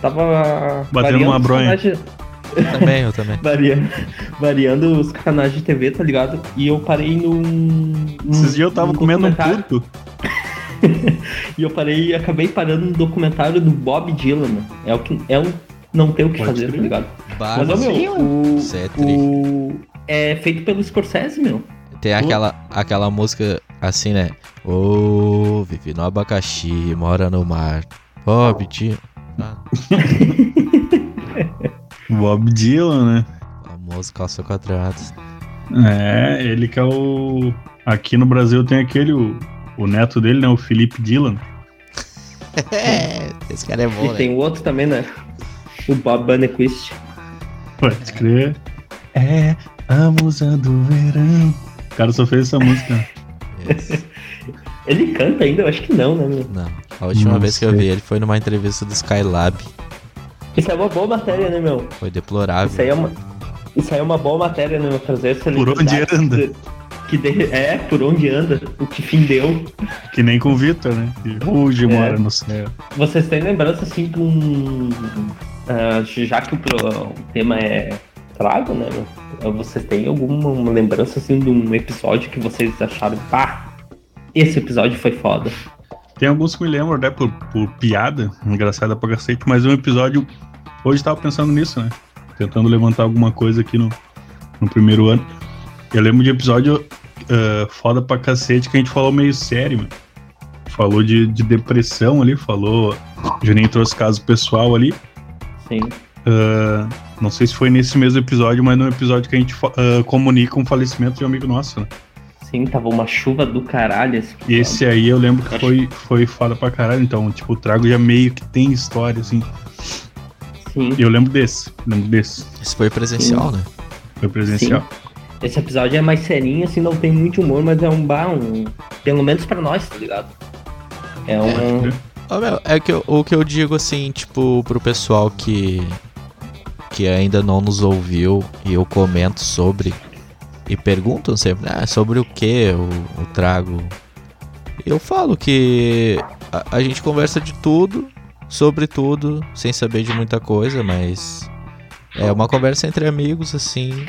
[SPEAKER 3] Tava.
[SPEAKER 1] Batendo
[SPEAKER 3] variando
[SPEAKER 1] uma
[SPEAKER 3] os
[SPEAKER 1] bronha.
[SPEAKER 3] personagens-
[SPEAKER 2] Eu também, eu também.
[SPEAKER 3] Variando, variando os canais de TV, tá ligado? E eu parei num. num-
[SPEAKER 1] Esses dias eu tava
[SPEAKER 3] num
[SPEAKER 1] comendo um
[SPEAKER 3] documentário.
[SPEAKER 1] puto.
[SPEAKER 3] E eu parei acabei parando no documentário do Bob Dylan. né? É o que. É o não tem o que
[SPEAKER 1] Pode
[SPEAKER 3] fazer,
[SPEAKER 1] crer.
[SPEAKER 3] tá ligado?
[SPEAKER 2] Bah,
[SPEAKER 3] Mas, ó, meu, o,
[SPEAKER 2] Isso é triste.
[SPEAKER 3] o. É feito pelo Scorsese, meu.
[SPEAKER 2] Tem aquela, aquela música assim, né? Ô, vive no abacaxi, mora no mar. Bob Dylan. Ah,
[SPEAKER 1] Bob Dylan, né?
[SPEAKER 2] famoso calça quadrado.
[SPEAKER 1] É, ele que é o. Aqui no Brasil tem aquele, o, o neto dele, né? O Felipe Dylan.
[SPEAKER 2] É, esse cara é bom,
[SPEAKER 3] E tem
[SPEAKER 2] né?
[SPEAKER 3] o outro também, né? O Bob Bannequist.
[SPEAKER 1] Pode crer. É a musa do verão. O cara só fez essa música.
[SPEAKER 2] Esse-
[SPEAKER 3] Ele canta ainda? Eu acho que não, né, meu?
[SPEAKER 2] Não, a última
[SPEAKER 1] Não
[SPEAKER 2] vez que eu
[SPEAKER 1] sei.
[SPEAKER 2] vi ele foi numa entrevista do Skylab.
[SPEAKER 3] Isso é uma boa matéria, né, meu?
[SPEAKER 2] Foi deplorável.
[SPEAKER 3] Isso aí é uma, isso aí é uma boa matéria, né, meu? Trazer essa
[SPEAKER 1] Por onde anda?
[SPEAKER 3] Que de- é, por onde anda, o que fim deu.
[SPEAKER 1] Que nem com o Victor, né? Que hoje
[SPEAKER 3] É.
[SPEAKER 1] mora no céu.
[SPEAKER 3] Vocês têm lembrança, assim, com... ah, já que o, pro- o tema é trago, né, meu? Vocês têm alguma uma lembrança, assim, de um episódio que vocês acharam, pá, esse episódio foi foda.
[SPEAKER 1] Tem alguns que me lembram, né? Por, por piada, engraçada pra cacete, mas um episódio. Hoje eu tava pensando nisso, né? Tentando levantar alguma coisa aqui no, no primeiro ano. Eu lembro de episódio ah, foda pra cacete que a gente falou meio sério, meu. Falou de, de depressão ali, falou. Juninho trouxe caso pessoal ali.
[SPEAKER 3] Sim.
[SPEAKER 1] Ah, não sei se foi nesse mesmo episódio, mas no episódio que a gente fa- ah, comunica um falecimento de um amigo nosso, né?
[SPEAKER 3] Sim, tava uma chuva do caralho assim, esse
[SPEAKER 1] E
[SPEAKER 3] episódio.
[SPEAKER 1] esse aí eu lembro que foi, foi foda pra caralho, então, tipo, o Trago já meio que tem história, assim.
[SPEAKER 3] Sim.
[SPEAKER 1] Eu lembro desse, lembro desse.
[SPEAKER 3] um
[SPEAKER 2] Isso foi presencial, né?
[SPEAKER 1] Foi presencial.
[SPEAKER 3] Esse episódio é mais serinho, assim, não tem muito humor, mas é um bar, um... pelo menos pra nós, tá ligado? É
[SPEAKER 1] Pode
[SPEAKER 3] um.
[SPEAKER 1] crer.
[SPEAKER 2] Ô, meu, é que eu- o que eu digo assim, tipo, pro pessoal que que ainda não nos ouviu e eu comento sobre e perguntam sempre, ah, sobre o que eu, eu trago. Eu falo que a, a gente conversa de tudo, sobre tudo, sem saber de muita coisa, mas é uma conversa entre amigos assim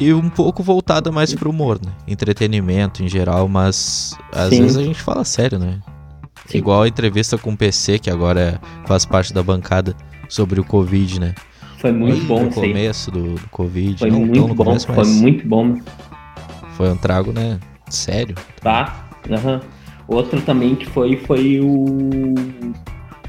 [SPEAKER 2] e um pouco voltada mais pro humor, né? Entretenimento em geral, mas às
[SPEAKER 3] Sim.
[SPEAKER 2] vezes a gente fala sério, né?
[SPEAKER 3] Sim.
[SPEAKER 2] Igual a entrevista com o PC, que agora faz parte da bancada, sobre o Covid, né?
[SPEAKER 3] Foi muito
[SPEAKER 2] Lá
[SPEAKER 3] bom
[SPEAKER 2] No
[SPEAKER 3] isso aí.
[SPEAKER 2] começo do, do Covid. né?
[SPEAKER 3] Foi
[SPEAKER 2] não, não
[SPEAKER 3] muito
[SPEAKER 2] no
[SPEAKER 3] bom,
[SPEAKER 2] começo,
[SPEAKER 3] foi
[SPEAKER 2] mas
[SPEAKER 3] muito bom,
[SPEAKER 2] foi um trago, né? Sério.
[SPEAKER 3] tá? Aham. Outro também que foi, foi o.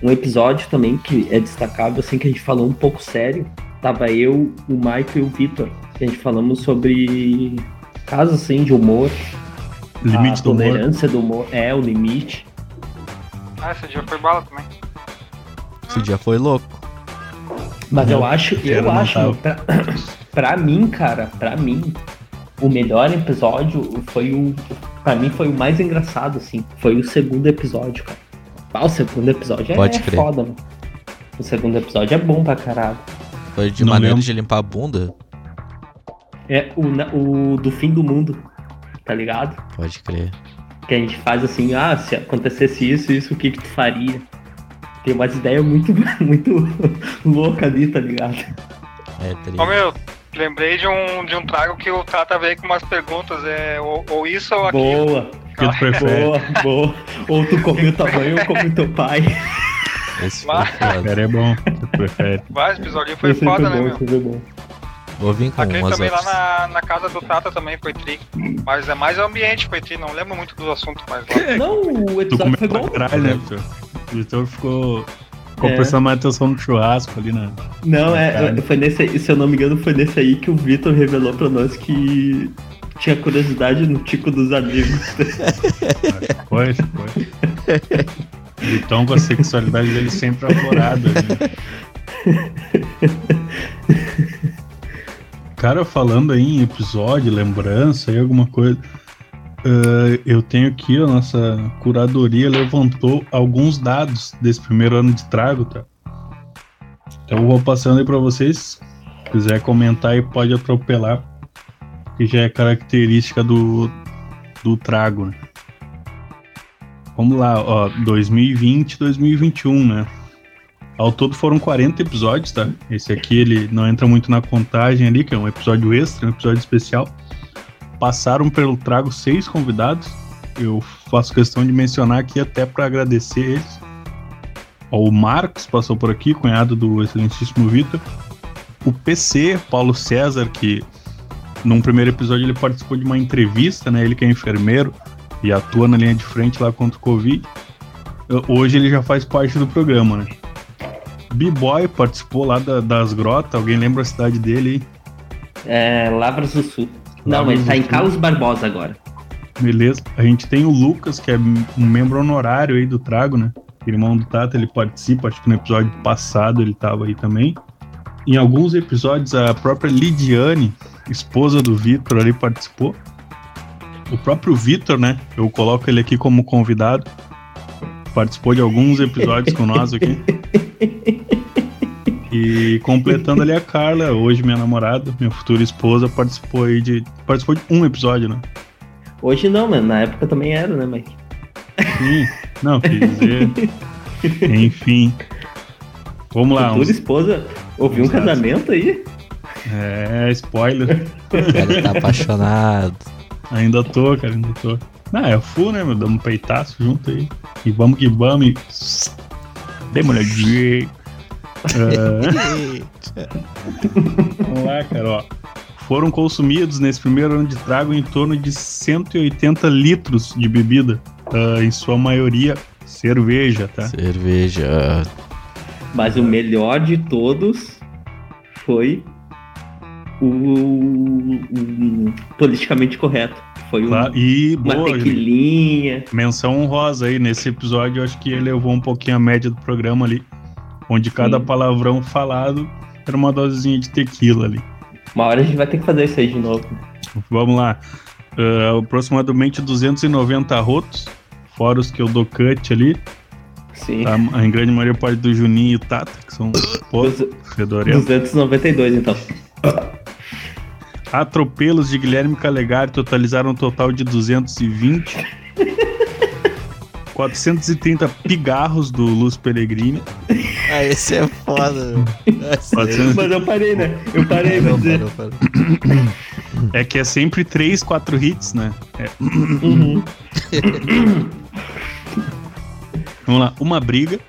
[SPEAKER 3] Um episódio também que é destacado, assim, que a gente falou um pouco sério. Tava eu, o Maico e o Vitor. que A gente falamos sobre casos, assim, de humor.
[SPEAKER 1] Limite
[SPEAKER 3] a
[SPEAKER 1] do humor.
[SPEAKER 3] tolerância do humor. É, o limite.
[SPEAKER 4] Ah, esse dia foi bala também.
[SPEAKER 2] Esse dia foi louco.
[SPEAKER 3] Mas
[SPEAKER 1] Não,
[SPEAKER 3] eu acho,
[SPEAKER 1] quero
[SPEAKER 3] eu
[SPEAKER 1] não tá.
[SPEAKER 3] acho,
[SPEAKER 1] tava.
[SPEAKER 3] meu, pra, (coughs) pra mim, cara, pra mim, o melhor episódio foi o. Pra mim foi o mais engraçado, assim. Foi o segundo episódio, cara. Ah, o segundo episódio é,
[SPEAKER 2] Pode
[SPEAKER 3] é
[SPEAKER 2] crer.
[SPEAKER 3] foda, mano. O segundo episódio é bom pra caralho.
[SPEAKER 2] Foi de
[SPEAKER 1] Não
[SPEAKER 2] maneira
[SPEAKER 1] lembro.
[SPEAKER 2] de limpar a bunda.
[SPEAKER 3] é o, na- o do fim do mundo, tá ligado?
[SPEAKER 2] Pode crer.
[SPEAKER 3] Que a gente faz assim, ah, se acontecesse isso, isso, o que que tu faria? Tem umas ideias muito, (laughs) muito louca ali, tá ligado?
[SPEAKER 2] É tri.
[SPEAKER 4] Ô meu, lembrei de um, de um trago que o Tata veio com umas perguntas, é ou, ou isso ou aquilo.
[SPEAKER 3] Boa,
[SPEAKER 1] O que tu prefere?
[SPEAKER 3] boa, boa. Ou tu comeu tua mãe ou comeu teu pai.
[SPEAKER 2] Esse foi
[SPEAKER 4] Mas-
[SPEAKER 2] foda.
[SPEAKER 1] Cara, é bom. O que tu
[SPEAKER 3] (laughs)
[SPEAKER 1] prefere?
[SPEAKER 4] Vai, esse episódio foi
[SPEAKER 3] Isso bom,
[SPEAKER 4] foda, né, meu?
[SPEAKER 3] isso foi bom.
[SPEAKER 2] Vou vir com
[SPEAKER 4] Aquele
[SPEAKER 2] umas
[SPEAKER 4] Tá também
[SPEAKER 2] outras.
[SPEAKER 4] lá na, na casa do Tata também foi tri. Mas é mais o ambiente foi tri, não lembro muito do assunto, mas lá.
[SPEAKER 3] Não, o
[SPEAKER 1] Tu
[SPEAKER 3] episódio
[SPEAKER 1] comeu
[SPEAKER 3] foi
[SPEAKER 1] pra
[SPEAKER 3] bom.
[SPEAKER 1] caralho, né, Vitor? O Vitor ficou, ficou
[SPEAKER 3] É.
[SPEAKER 1] prestando mais atenção no churrasco ali, né?
[SPEAKER 3] Não, é,
[SPEAKER 1] Caralho.
[SPEAKER 3] foi nesse, aí- se eu não me engano, foi nesse aí que o Vitor revelou pra nós que tinha curiosidade no tico dos amigos.
[SPEAKER 1] Foi, foi. Vitão com a sexualidade dele sempre aflorada. né? Cara, falando aí em episódio, lembrança e alguma coisa, ah, eu tenho aqui, a nossa curadoria levantou alguns dados desse primeiro ano de trago, tá? Então eu vou passando aí pra vocês. Se quiser comentar aí, pode atropelar. Que já é característica do, do trago, né? Vamos lá, ó, 2020, 2021, né? Ao todo foram 40 episódios, tá? Esse aqui ele não entra muito na contagem ali, que é um episódio extra, um episódio especial. Passaram pelo trago seis convidados. Eu faço questão de mencionar aqui até para agradecer eles. Ó, o Marcos passou por aqui, cunhado do excelentíssimo Vitor. O PC, Paulo César, que num primeiro episódio ele participou de uma entrevista, né? Ele que é enfermeiro e atua na linha de frente lá contra o Covid. Eu- Hoje ele já faz parte do programa, né? B-Boy participou lá da- das grotas, alguém lembra a cidade dele aí?
[SPEAKER 3] É, Lavras do Sul. Não,
[SPEAKER 1] Lavras
[SPEAKER 3] mas tá
[SPEAKER 1] do
[SPEAKER 3] em
[SPEAKER 1] Sul.
[SPEAKER 3] Carlos Barbosa agora.
[SPEAKER 1] Beleza. A gente tem o Lucas, que é m- um membro honorário aí do Trago, né? Irmão do Tata, ele participa, acho que no episódio passado ele tava aí também. Em alguns episódios, a própria Lidiane, esposa do Vitor, ali participou. O próprio Vitor, né? Eu coloco ele aqui como convidado. Participou de alguns episódios com nós aqui. E completando ali a Carla, hoje minha namorada, minha futura esposa, participou aí de. Participou de um episódio, né?
[SPEAKER 3] Hoje não, mano. Na época também era, né, Mike?
[SPEAKER 1] Sim, não, quis dizer. Enfim. Vamos lá. um,
[SPEAKER 3] Futura
[SPEAKER 1] uns-
[SPEAKER 3] esposa. Houve um
[SPEAKER 1] uns dados.
[SPEAKER 3] casamento aí?
[SPEAKER 1] É, spoiler.
[SPEAKER 2] O cara tá apaixonado. (laughs)
[SPEAKER 1] Ainda tô, cara, ainda tô. Ah, é full, né, meu? Damos um peitaço junto aí. E vamos que vamos. E... Demolidinho. Vamos lá, cara, ó. Foram consumidos nesse primeiro ano de trago em torno de 180 litros de bebida. Ah, em sua maioria, cerveja, tá?
[SPEAKER 2] Cerveja.
[SPEAKER 3] Mas o melhor de todos foi o, o politicamente correto. Foi um-
[SPEAKER 1] Claro. E
[SPEAKER 3] uma
[SPEAKER 1] boa, gente.
[SPEAKER 3] tequilinha.
[SPEAKER 1] Menção honrosa aí, nesse episódio eu acho que elevou um pouquinho a média do programa ali, onde cada
[SPEAKER 3] Sim.
[SPEAKER 1] palavrão falado era uma dosezinha de tequila ali.
[SPEAKER 3] Uma hora a gente vai ter que fazer isso aí de novo.
[SPEAKER 1] Vamos lá. Ah, aproximadamente 290 rotos, fora os que eu dou cut ali,
[SPEAKER 3] Sim.
[SPEAKER 1] tá? em grande maioria parte do Juninho e o Tata, que
[SPEAKER 3] (coughs)
[SPEAKER 1] são pô,
[SPEAKER 3] Os-
[SPEAKER 1] fedorentos.
[SPEAKER 3] 292, então.
[SPEAKER 1] Atropelos de Guilherme Calegari totalizaram um total de
[SPEAKER 3] (laughs)
[SPEAKER 1] 220. 430 pigarros do Luz Pellegrini.
[SPEAKER 2] Ah, esse é foda, meu. Esse aí-
[SPEAKER 1] 400
[SPEAKER 3] Mas eu parei, né? Eu parei, vou
[SPEAKER 2] Não,
[SPEAKER 3] dizer.
[SPEAKER 2] parou, parou.
[SPEAKER 1] É que é sempre 3, 4 hits, né?
[SPEAKER 3] Uhum.
[SPEAKER 1] Vamos lá, uma briga.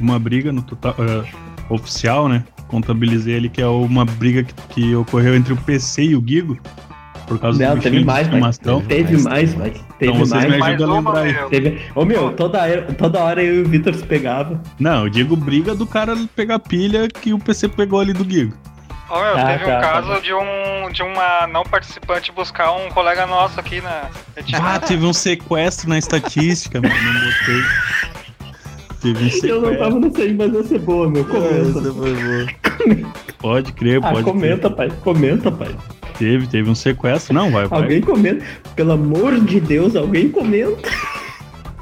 [SPEAKER 1] Uma briga no total. eh, oficial, né? Contabilizei ali que é uma briga que, que ocorreu entre o PC e o Guigo. Por causa
[SPEAKER 3] Não,
[SPEAKER 1] do bichinho
[SPEAKER 3] teve
[SPEAKER 1] de
[SPEAKER 3] mais, né?
[SPEAKER 1] estimação.
[SPEAKER 2] mas-
[SPEAKER 3] Teve mais,
[SPEAKER 2] Mas-
[SPEAKER 3] mas teve
[SPEAKER 1] Então, vocês
[SPEAKER 3] mais.
[SPEAKER 1] me
[SPEAKER 4] Mais
[SPEAKER 1] ajuda a
[SPEAKER 4] uma,
[SPEAKER 1] lembrar aí.
[SPEAKER 4] meu.
[SPEAKER 3] Teve... Ô meu, toda hora, toda hora eu e o Vitor se pegava.
[SPEAKER 1] Não, eu digo briga do cara pegar pilha que o PC pegou ali do Guigo.
[SPEAKER 4] Ó, meu,
[SPEAKER 3] Tá,
[SPEAKER 4] teve
[SPEAKER 3] tá,
[SPEAKER 4] um
[SPEAKER 3] tá
[SPEAKER 4] caso
[SPEAKER 3] bom.
[SPEAKER 4] de, um, de uma não participante buscar um colega nosso aqui né? na.
[SPEAKER 1] Ah, teve um sequestro na estatística, mano. Não botei. Teve um
[SPEAKER 3] Eu não
[SPEAKER 1] sequestro.
[SPEAKER 3] tava no sei, mas ia ser boa, meu. Comenta.
[SPEAKER 2] Essa foi boa.
[SPEAKER 1] Pode crer,
[SPEAKER 3] Ah,
[SPEAKER 1] É, pode
[SPEAKER 3] comenta, pai. Comenta, pai.
[SPEAKER 1] crer. Teve, teve um sequestro. Não, vai, vai.
[SPEAKER 3] Alguém comenta. Pelo amor de Deus, alguém comenta.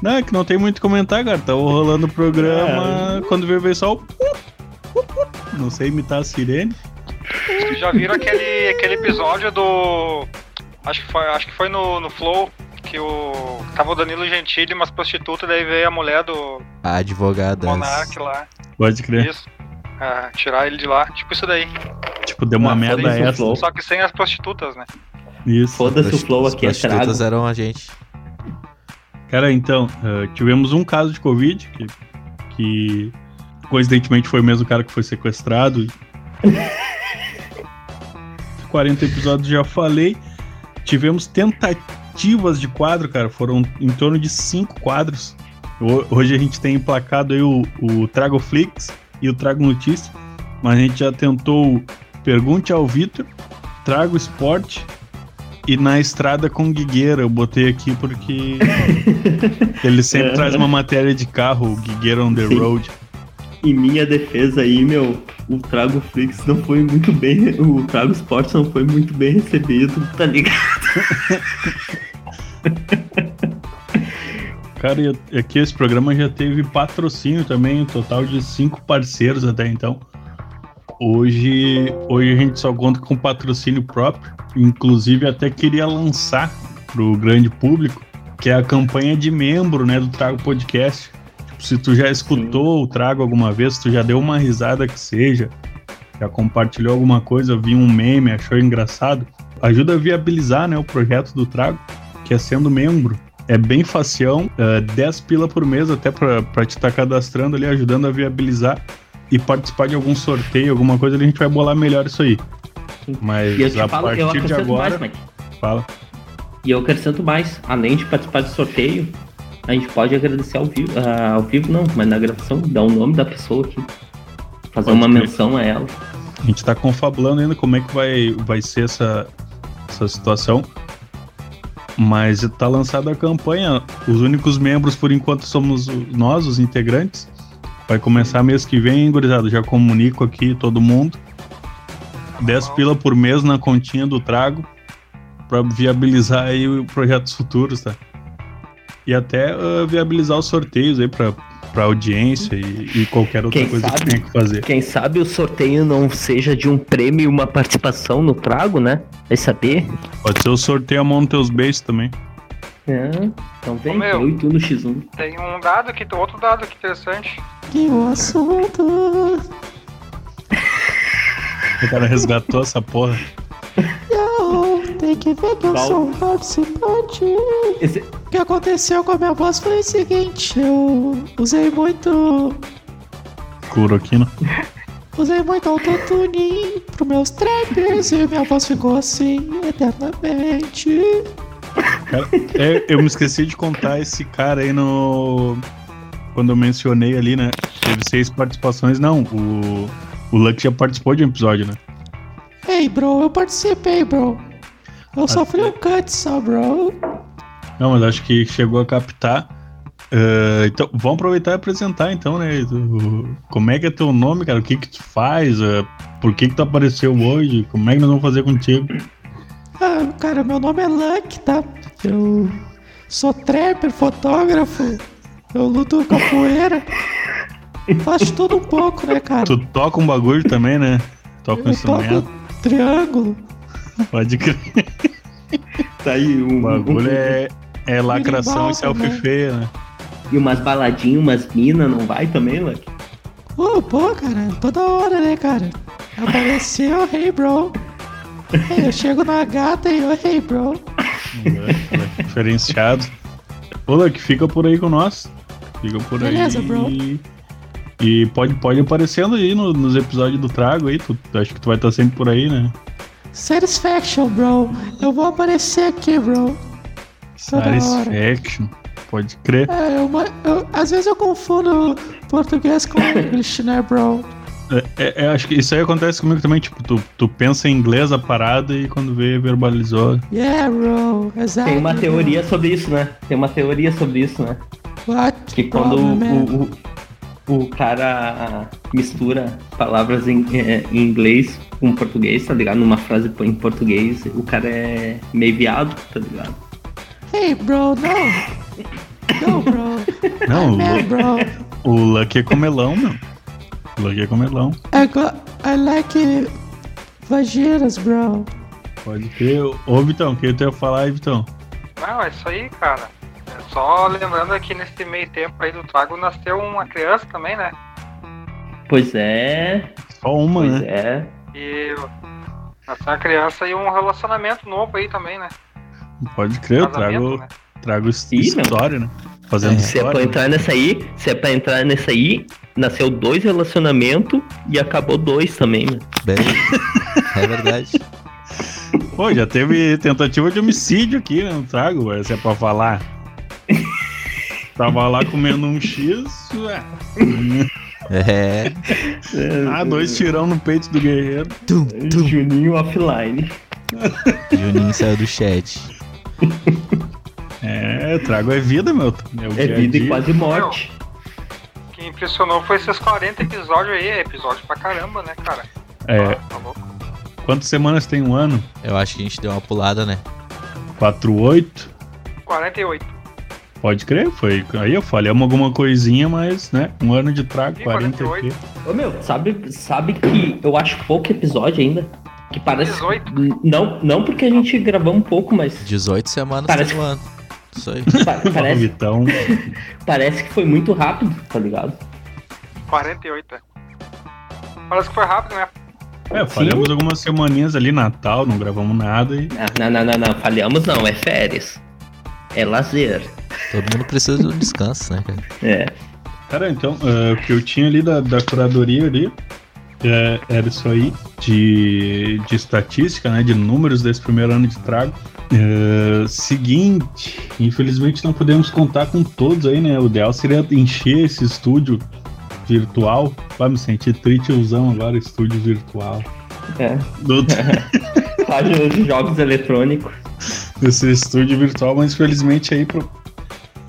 [SPEAKER 1] Não, é que não tem muito o que comentar, cara. Tava rolando o É. uh, programa. Quando veio, veio só o. Não sei imitar a sirene.
[SPEAKER 4] Vocês já viram aquele, aquele episódio do. Acho que foi, acho que foi no, no Flow que o. Tava o Danilo Gentili, umas prostitutas, daí veio a mulher do
[SPEAKER 5] A advogada.
[SPEAKER 4] Monark lá.
[SPEAKER 1] Pode crer.
[SPEAKER 4] Isso. Ah, tirar ele de lá. Tipo isso daí.
[SPEAKER 1] Tipo, deu uma
[SPEAKER 3] Ah,
[SPEAKER 1] merda
[SPEAKER 3] foda-se o
[SPEAKER 1] essa.
[SPEAKER 2] Oh.
[SPEAKER 3] flow.
[SPEAKER 4] Só que sem as prostitutas, né?
[SPEAKER 1] Isso.
[SPEAKER 3] Foda-se o flow aqui, é
[SPEAKER 5] As
[SPEAKER 3] trago.
[SPEAKER 5] prostitutas eram a gente.
[SPEAKER 1] Cara, então, eh, tivemos um caso de Covid que, que coincidentemente foi o mesmo cara que foi
[SPEAKER 3] (laughs)
[SPEAKER 1] sequestrado. 40 episódios já falei. Tivemos tentativas de quadro, cara. Foram em torno de cinco quadros. Ho- Hoje a gente tem emplacado aí o, o Trago Flix e o Trago Notícia. Mas a gente já tentou o Pergunte ao Vitor, Trago Esporte e Na Estrada com Guigueira. Eu botei aqui
[SPEAKER 3] (laughs)
[SPEAKER 1] porque ele sempre
[SPEAKER 3] É.
[SPEAKER 1] traz uma matéria de carro, o Guigueira on the
[SPEAKER 3] Sim.
[SPEAKER 1] road.
[SPEAKER 3] Em minha defesa aí, meu, o Trago Flix não foi muito bem. O Trago Sports não foi muito bem recebido, tá ligado?
[SPEAKER 1] Cara, e eu- aqui esse programa já teve patrocínio também, um total de cinco parceiros até então. Hoje, hoje a gente só conta com patrocínio próprio, inclusive até queria lançar pro grande público, que é a campanha de membro, né, do Trago Podcast. Tipo, se tu já escutou o Trago alguma vez, se tu já deu uma risada que seja, já compartilhou alguma coisa, viu um meme, achou engraçado, ajuda a viabilizar, né, o projeto do Trago, que é sendo membro. É bem facião, é, 10 pila por mês, até pra, pra te estar cadastrando ali, ajudando a viabilizar e participar de algum sorteio, alguma coisa, ali, a gente vai bolar melhor isso aí. Mas
[SPEAKER 3] E eu te
[SPEAKER 1] a
[SPEAKER 3] falo, eu
[SPEAKER 1] partir de
[SPEAKER 3] acrescento
[SPEAKER 1] agora,
[SPEAKER 3] mais, Mike.
[SPEAKER 1] fala.
[SPEAKER 3] E eu acrescento mais, além de participar do sorteio, a gente pode agradecer ao vivo. ah, ao vivo não, mas na gravação, dar o nome da pessoa aqui.
[SPEAKER 1] Pode
[SPEAKER 3] Fazer uma
[SPEAKER 1] crer.
[SPEAKER 3] menção a ela.
[SPEAKER 1] A gente tá confabulando ainda como é que vai, vai ser essa, essa situação. Mas tá lançada a campanha. Os únicos membros, por enquanto, somos o- nós, os integrantes. Vai começar mês que vem, hein, gurizada. Já comunico aqui todo mundo. 10 pila por mês na continha do trago. Pra viabilizar aí o- projetos futuros, tá? E até ah, viabilizar os sorteios aí pra, pra audiência e, e qualquer outra
[SPEAKER 3] Quem
[SPEAKER 1] coisa que
[SPEAKER 3] sabe?
[SPEAKER 1] tenha que fazer.
[SPEAKER 3] Quem sabe o sorteio não seja de um prêmio e uma participação no trago, né? Vai saber?
[SPEAKER 1] Pode ser o sorteio a mão nos teus beijos também.
[SPEAKER 3] É, então
[SPEAKER 4] Ô,
[SPEAKER 3] vem,
[SPEAKER 4] meu.
[SPEAKER 3] eu e tu no X1.
[SPEAKER 4] Tem um dado aqui, tem outro dado aqui interessante.
[SPEAKER 5] Que o assunto.
[SPEAKER 1] O cara resgatou essa porra.
[SPEAKER 5] Tem que ver que eu
[SPEAKER 3] Qual? sou
[SPEAKER 5] um participante.
[SPEAKER 3] Esse-
[SPEAKER 5] O que aconteceu com a minha voz foi o seguinte: eu usei muito.
[SPEAKER 1] Cloroquina.
[SPEAKER 5] Usei muito autotune pros meus trappers e minha voz ficou assim eternamente.
[SPEAKER 1] É, eu me esqueci de contar esse cara aí no. Quando eu mencionei ali, né? Teve seis participações. Não, o. O Luck já participou de um episódio, né?
[SPEAKER 5] Ei, bro, eu participei, bro. Eu sofri um cut só, bro.
[SPEAKER 1] Não, mas acho que chegou a captar. Ah, então, vamos aproveitar e apresentar então, né? o- como é que é teu nome, cara? O que que tu faz? Ah, por que que tu apareceu hoje? Como é que nós vamos fazer contigo?
[SPEAKER 5] Ah, cara, meu nome é Luck, tá? Eu sou trapper, fotógrafo. Eu luto capoeira. Faço tudo um pouco, né, cara?
[SPEAKER 1] Tu toca um bagulho também, né? Toca um
[SPEAKER 5] eu
[SPEAKER 1] instrumento,
[SPEAKER 5] toco triângulo.
[SPEAKER 1] pode crer.
[SPEAKER 3] Tá aí um,
[SPEAKER 1] O bagulho é, é lacração e
[SPEAKER 5] Minimal,
[SPEAKER 1] selfie
[SPEAKER 5] né?
[SPEAKER 1] feia, né?
[SPEAKER 3] E umas baladinhas, umas minas, não vai também, Luck?
[SPEAKER 5] Ô, pô, cara, toda hora, né, cara? Apareceu, hey, bro. Aí eu chego na gata e eu, hey, bro.
[SPEAKER 1] É, Diferenciado. Ô, Luck, fica por aí com nós. Fica por
[SPEAKER 5] Beleza,
[SPEAKER 1] aí.
[SPEAKER 5] bro.
[SPEAKER 1] E pode, pode aparecendo aí no- nos episódios do Trago aí. Tu, tu- acho que tu vai estar sempre por aí, né?
[SPEAKER 5] Satisfaction, bro. Eu vou aparecer aqui, bro. Toda hora.
[SPEAKER 1] Satisfaction. Pode crer.
[SPEAKER 5] É, eu, ma- eu- às vezes eu confundo português com inglês, né, bro?
[SPEAKER 1] É, é- é, acho que isso aí acontece comigo também. Tipo, tu, tu pensa em inglês a parada e quando vê, verbalizou.
[SPEAKER 5] Yeah, bro. Exato.
[SPEAKER 3] Tem uma
[SPEAKER 5] bro.
[SPEAKER 3] teoria sobre isso, né? Tem uma teoria sobre isso, né?
[SPEAKER 5] What?
[SPEAKER 3] Que quando
[SPEAKER 5] Problem, man?
[SPEAKER 3] o, o, o cara mistura palavras em, é, em inglês com português, tá ligado? Numa frase em português, o cara é meio viado, tá ligado?
[SPEAKER 5] Hey, bro, não. Não, bro.
[SPEAKER 1] Não,
[SPEAKER 5] Yeah, bro.
[SPEAKER 1] o, o Luck é comelão, meu. O Luck é comelão.
[SPEAKER 5] I, got, I like
[SPEAKER 2] Vaginas, bro.
[SPEAKER 1] Pode crer. Ô, Vitão, o que tu ia falar aí, Vitão?
[SPEAKER 4] Não, é isso aí, cara. É só lembrando que nesse meio tempo aí do Trago nasceu uma criança também, né?
[SPEAKER 3] Pois é,
[SPEAKER 1] Só uma,
[SPEAKER 3] pois
[SPEAKER 1] né?
[SPEAKER 3] é.
[SPEAKER 4] E nasceu uma criança e um relacionamento novo aí também, né?
[SPEAKER 1] Pode crer, eu trago,
[SPEAKER 4] né?
[SPEAKER 1] trago his-
[SPEAKER 3] é. Ih, meu.
[SPEAKER 1] história, né? Fazendo
[SPEAKER 2] É.
[SPEAKER 3] Se é pra
[SPEAKER 1] história. né?
[SPEAKER 3] entrar nessa aí, se é pra entrar nessa aí, nasceu dois relacionamentos e acabou dois também, né?
[SPEAKER 2] Bem, (laughs) é verdade.
[SPEAKER 1] né? Pô, já teve tentativa de homicídio aqui, né? Não trago, ué, se é pra
[SPEAKER 3] (laughs)
[SPEAKER 1] falar. Tava lá comendo um X, ué.
[SPEAKER 2] É.
[SPEAKER 1] Ah, dois tirão no peito do guerreiro.
[SPEAKER 2] Tum, tum.
[SPEAKER 3] Juninho offline.
[SPEAKER 2] Juninho saiu do chat.
[SPEAKER 1] É, trago é vida, meu. É, o
[SPEAKER 3] É
[SPEAKER 1] dia a
[SPEAKER 3] vida
[SPEAKER 1] dia.
[SPEAKER 3] e quase morte.
[SPEAKER 4] O que impressionou foi esses 40 episódios aí, é episódio pra caramba, né, cara?
[SPEAKER 1] É,
[SPEAKER 4] Tá louco?
[SPEAKER 1] quantas semanas tem um ano?
[SPEAKER 2] Eu acho que a gente deu uma pulada, né?
[SPEAKER 1] 4, 8?
[SPEAKER 4] 48. Sim,
[SPEAKER 1] Pode crer, foi. Aí eu falhamos alguma coisinha, mas, né? Um ano de trago,
[SPEAKER 4] Ih,
[SPEAKER 1] 40 aqui.
[SPEAKER 4] 48.
[SPEAKER 3] Ô meu, sabe, sabe que eu acho pouco episódio ainda? Que parece.
[SPEAKER 4] 18.
[SPEAKER 3] N- Não, não porque a gente gravou um pouco, (laughs) mas
[SPEAKER 2] 18 semanas
[SPEAKER 3] Parece-
[SPEAKER 2] todo ano. Isso aí.
[SPEAKER 3] pa-
[SPEAKER 1] Ó,
[SPEAKER 3] parece,
[SPEAKER 1] Vitão.
[SPEAKER 3] parece que foi muito rápido, tá ligado?
[SPEAKER 4] 48. é. Parece que foi rápido, né?
[SPEAKER 1] É, falhamos algumas semaninhas ali, Natal, não gravamos nada e.
[SPEAKER 3] Ah, Não, não, não, não, não, falhamos não, é férias. É lazer.
[SPEAKER 2] Todo mundo precisa de um descanso, né, cara?
[SPEAKER 3] É.
[SPEAKER 1] Cara, então, ah, o que eu tinha ali da, da curadoria ali é, era isso aí, de, de estatística, né? De números desse primeiro ano de trago. Ah, seguinte, infelizmente não podemos contar com todos aí, né? O ideal seria encher esse estúdio virtual. Vai me sentir tritiozão agora, estúdio virtual.
[SPEAKER 3] é.
[SPEAKER 1] Do,
[SPEAKER 3] Páginas de jogos eletrônicos.
[SPEAKER 1] desse estúdio virtual, mas infelizmente aí pro...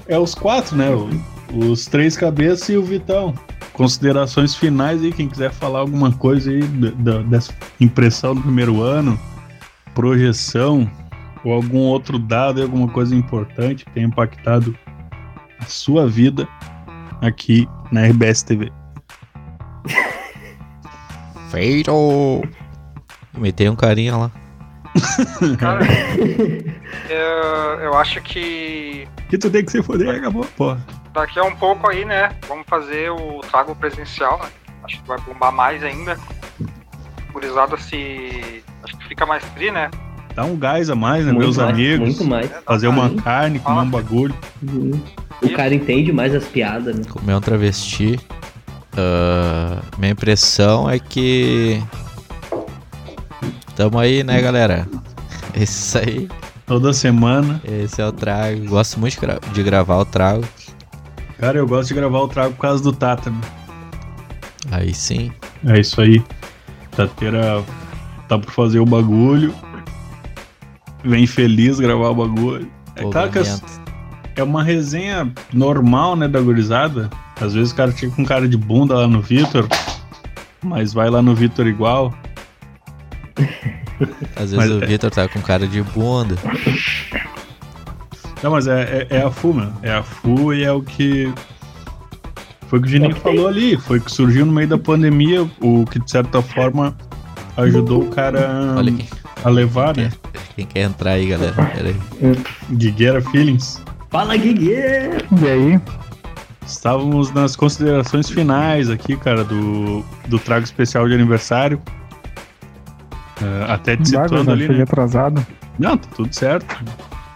[SPEAKER 1] é os quatro, né? O- os três cabeças e o Vitão. Considerações finais aí, quem quiser falar alguma coisa aí da- da- dessa impressão do primeiro ano, projeção ou algum outro dado, aí, alguma coisa importante que tenha impactado a sua vida aqui na RBS TV.
[SPEAKER 2] Feito! Metei um carinha lá.
[SPEAKER 4] Cara, eu, eu acho que
[SPEAKER 1] Que tu tem que se foder, acabou, porra.
[SPEAKER 4] daqui a um pouco aí, né? Vamos fazer o trago presencial, né? Acho que vai bombar mais ainda. Gurizada se. Acho que fica mais tri, né?
[SPEAKER 1] Dá um gás a mais, né? Meus
[SPEAKER 3] mais,
[SPEAKER 1] amigos.
[SPEAKER 3] Muito mais.
[SPEAKER 1] Fazer uma
[SPEAKER 3] Sim.
[SPEAKER 1] carne, comer um bagulho.
[SPEAKER 3] Uhum. O cara entende mais as piadas, né?
[SPEAKER 2] Comer um travesti. Ah, minha impressão é que. Tamo aí, né, galera? É Isso aí.
[SPEAKER 1] Toda semana.
[SPEAKER 2] Esse é o trago. Gosto muito de, gra- de gravar o trago.
[SPEAKER 1] Cara, eu gosto de gravar o trago por causa do Tata. né?
[SPEAKER 2] Aí sim.
[SPEAKER 1] É isso aí. Tateira tá por fazer o bagulho. Vem feliz gravar o bagulho. É claro que é,
[SPEAKER 2] Povoamento.
[SPEAKER 1] é uma resenha normal, né, da gurizada. Às vezes o cara fica com cara de bunda lá no Vitor, mas vai lá no Vitor igual.
[SPEAKER 2] Às vezes
[SPEAKER 1] Mas
[SPEAKER 2] o
[SPEAKER 1] é-
[SPEAKER 2] Vitor tá com cara de bunda.
[SPEAKER 1] Não, mas é, é, é a FU, mano. É a FU e é o que. Foi o que o Juninho falou ali. Foi o que surgiu no meio da pandemia, o que de certa forma ajudou o cara
[SPEAKER 2] Olha quem,
[SPEAKER 1] a levar, né?
[SPEAKER 2] quem quer entrar aí, galera. Pera aí.
[SPEAKER 1] Guigueira Feelings.
[SPEAKER 3] Fala, Guigui!
[SPEAKER 6] E aí?
[SPEAKER 1] Estávamos nas considerações finais aqui, cara, do, do trago especial de aniversário. É, até te
[SPEAKER 6] Vagas,
[SPEAKER 1] citando
[SPEAKER 6] né?
[SPEAKER 1] ali,
[SPEAKER 6] Cheguei
[SPEAKER 1] né?
[SPEAKER 6] atrasado.
[SPEAKER 1] Não, tá tudo certo.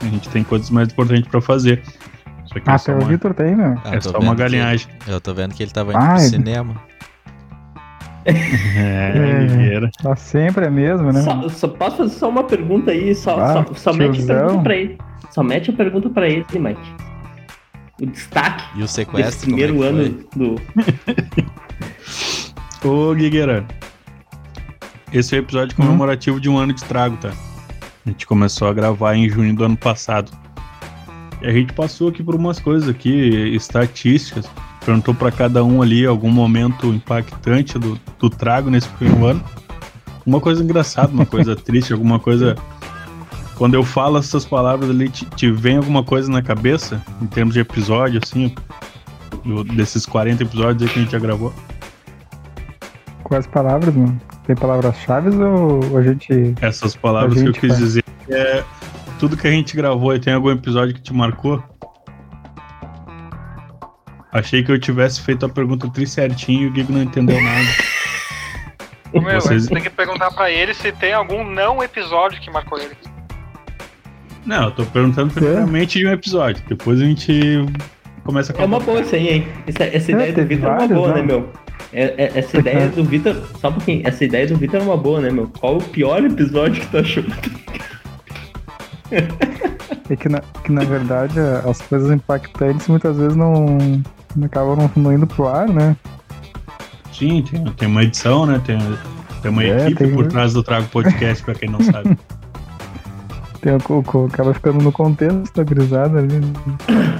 [SPEAKER 1] A gente tem coisas mais importantes pra fazer. Isso aqui é
[SPEAKER 6] Ah,
[SPEAKER 1] só
[SPEAKER 6] o
[SPEAKER 1] uma,
[SPEAKER 6] Vitor tá aí, meu.
[SPEAKER 2] Ah,
[SPEAKER 1] é
[SPEAKER 2] tô
[SPEAKER 1] só
[SPEAKER 2] vendo
[SPEAKER 1] uma
[SPEAKER 2] que-
[SPEAKER 1] galinhagem.
[SPEAKER 2] eu tô vendo que ele tava indo pro
[SPEAKER 6] Ai.
[SPEAKER 2] cinema.
[SPEAKER 1] É,
[SPEAKER 6] É.
[SPEAKER 1] Guigueira.
[SPEAKER 6] Tá sempre é mesmo, né?
[SPEAKER 3] Só, só- posso fazer só uma pergunta aí? Só,
[SPEAKER 6] Claro,
[SPEAKER 3] só, só mete a
[SPEAKER 6] tiozão.
[SPEAKER 3] pergunta pra ele. Só mete a pergunta pra ele, Mike. O destaque
[SPEAKER 2] E o
[SPEAKER 3] desse
[SPEAKER 2] sequestro. como é
[SPEAKER 3] primeiro
[SPEAKER 2] que foi?
[SPEAKER 3] ano do.
[SPEAKER 1] Ô, Guigueira. Esse é o episódio comemorativo de um ano de trago, tá? A gente começou a gravar em junho do ano passado. E a gente passou aqui por umas coisas aqui, estatísticas. Perguntou pra cada um ali algum momento impactante do, do trago nesse primeiro ano. Uma coisa engraçada, uma coisa triste, alguma coisa. Quando eu falo essas palavras ali, te, te vem alguma coisa na cabeça, em termos de episódio, assim, do- desses 40 episódios aí que a gente já gravou?
[SPEAKER 6] Com as palavras, mano. Tem palavras-chave ou ou a gente.
[SPEAKER 1] Essas palavras
[SPEAKER 6] A
[SPEAKER 1] que eu
[SPEAKER 6] gente
[SPEAKER 1] quis
[SPEAKER 6] vai.
[SPEAKER 1] dizer é tudo que a gente gravou e tem algum episódio que te marcou? Achei que eu tivesse feito a pergunta tri certinho e o Gigo não entendeu
[SPEAKER 6] (laughs)
[SPEAKER 1] nada.
[SPEAKER 4] Ô, Meu,
[SPEAKER 1] Vocês-
[SPEAKER 4] Você tem que perguntar pra ele se tem algum não episódio que marcou ele.
[SPEAKER 1] Não, eu tô perguntando primeiramente de um episódio. Depois a gente começa com
[SPEAKER 3] É uma boa isso aí, hein? Essa, essa
[SPEAKER 6] É,
[SPEAKER 3] ideia do
[SPEAKER 6] teve
[SPEAKER 3] Vitor é uma
[SPEAKER 6] vários,
[SPEAKER 3] boa, né,
[SPEAKER 6] né?
[SPEAKER 3] meu? É- é- essa ideia do Vitor. Só um pouquinho. Essa ideia do Vitor é uma boa, né, meu? Qual o pior episódio que
[SPEAKER 2] (laughs)
[SPEAKER 3] tu achou?
[SPEAKER 6] É que na, que na verdade a- as coisas impactantes muitas vezes não. não acabam não, não indo pro ar, né?
[SPEAKER 1] Sim, tem, tem uma edição, né? Tem, tem uma
[SPEAKER 6] É,
[SPEAKER 1] equipe
[SPEAKER 6] tem-
[SPEAKER 1] por trás do Trago Podcast, pra quem não
[SPEAKER 6] (laughs)
[SPEAKER 1] sabe.
[SPEAKER 6] Tem, o- o- o- acaba ficando no contexto da grisada ali. né?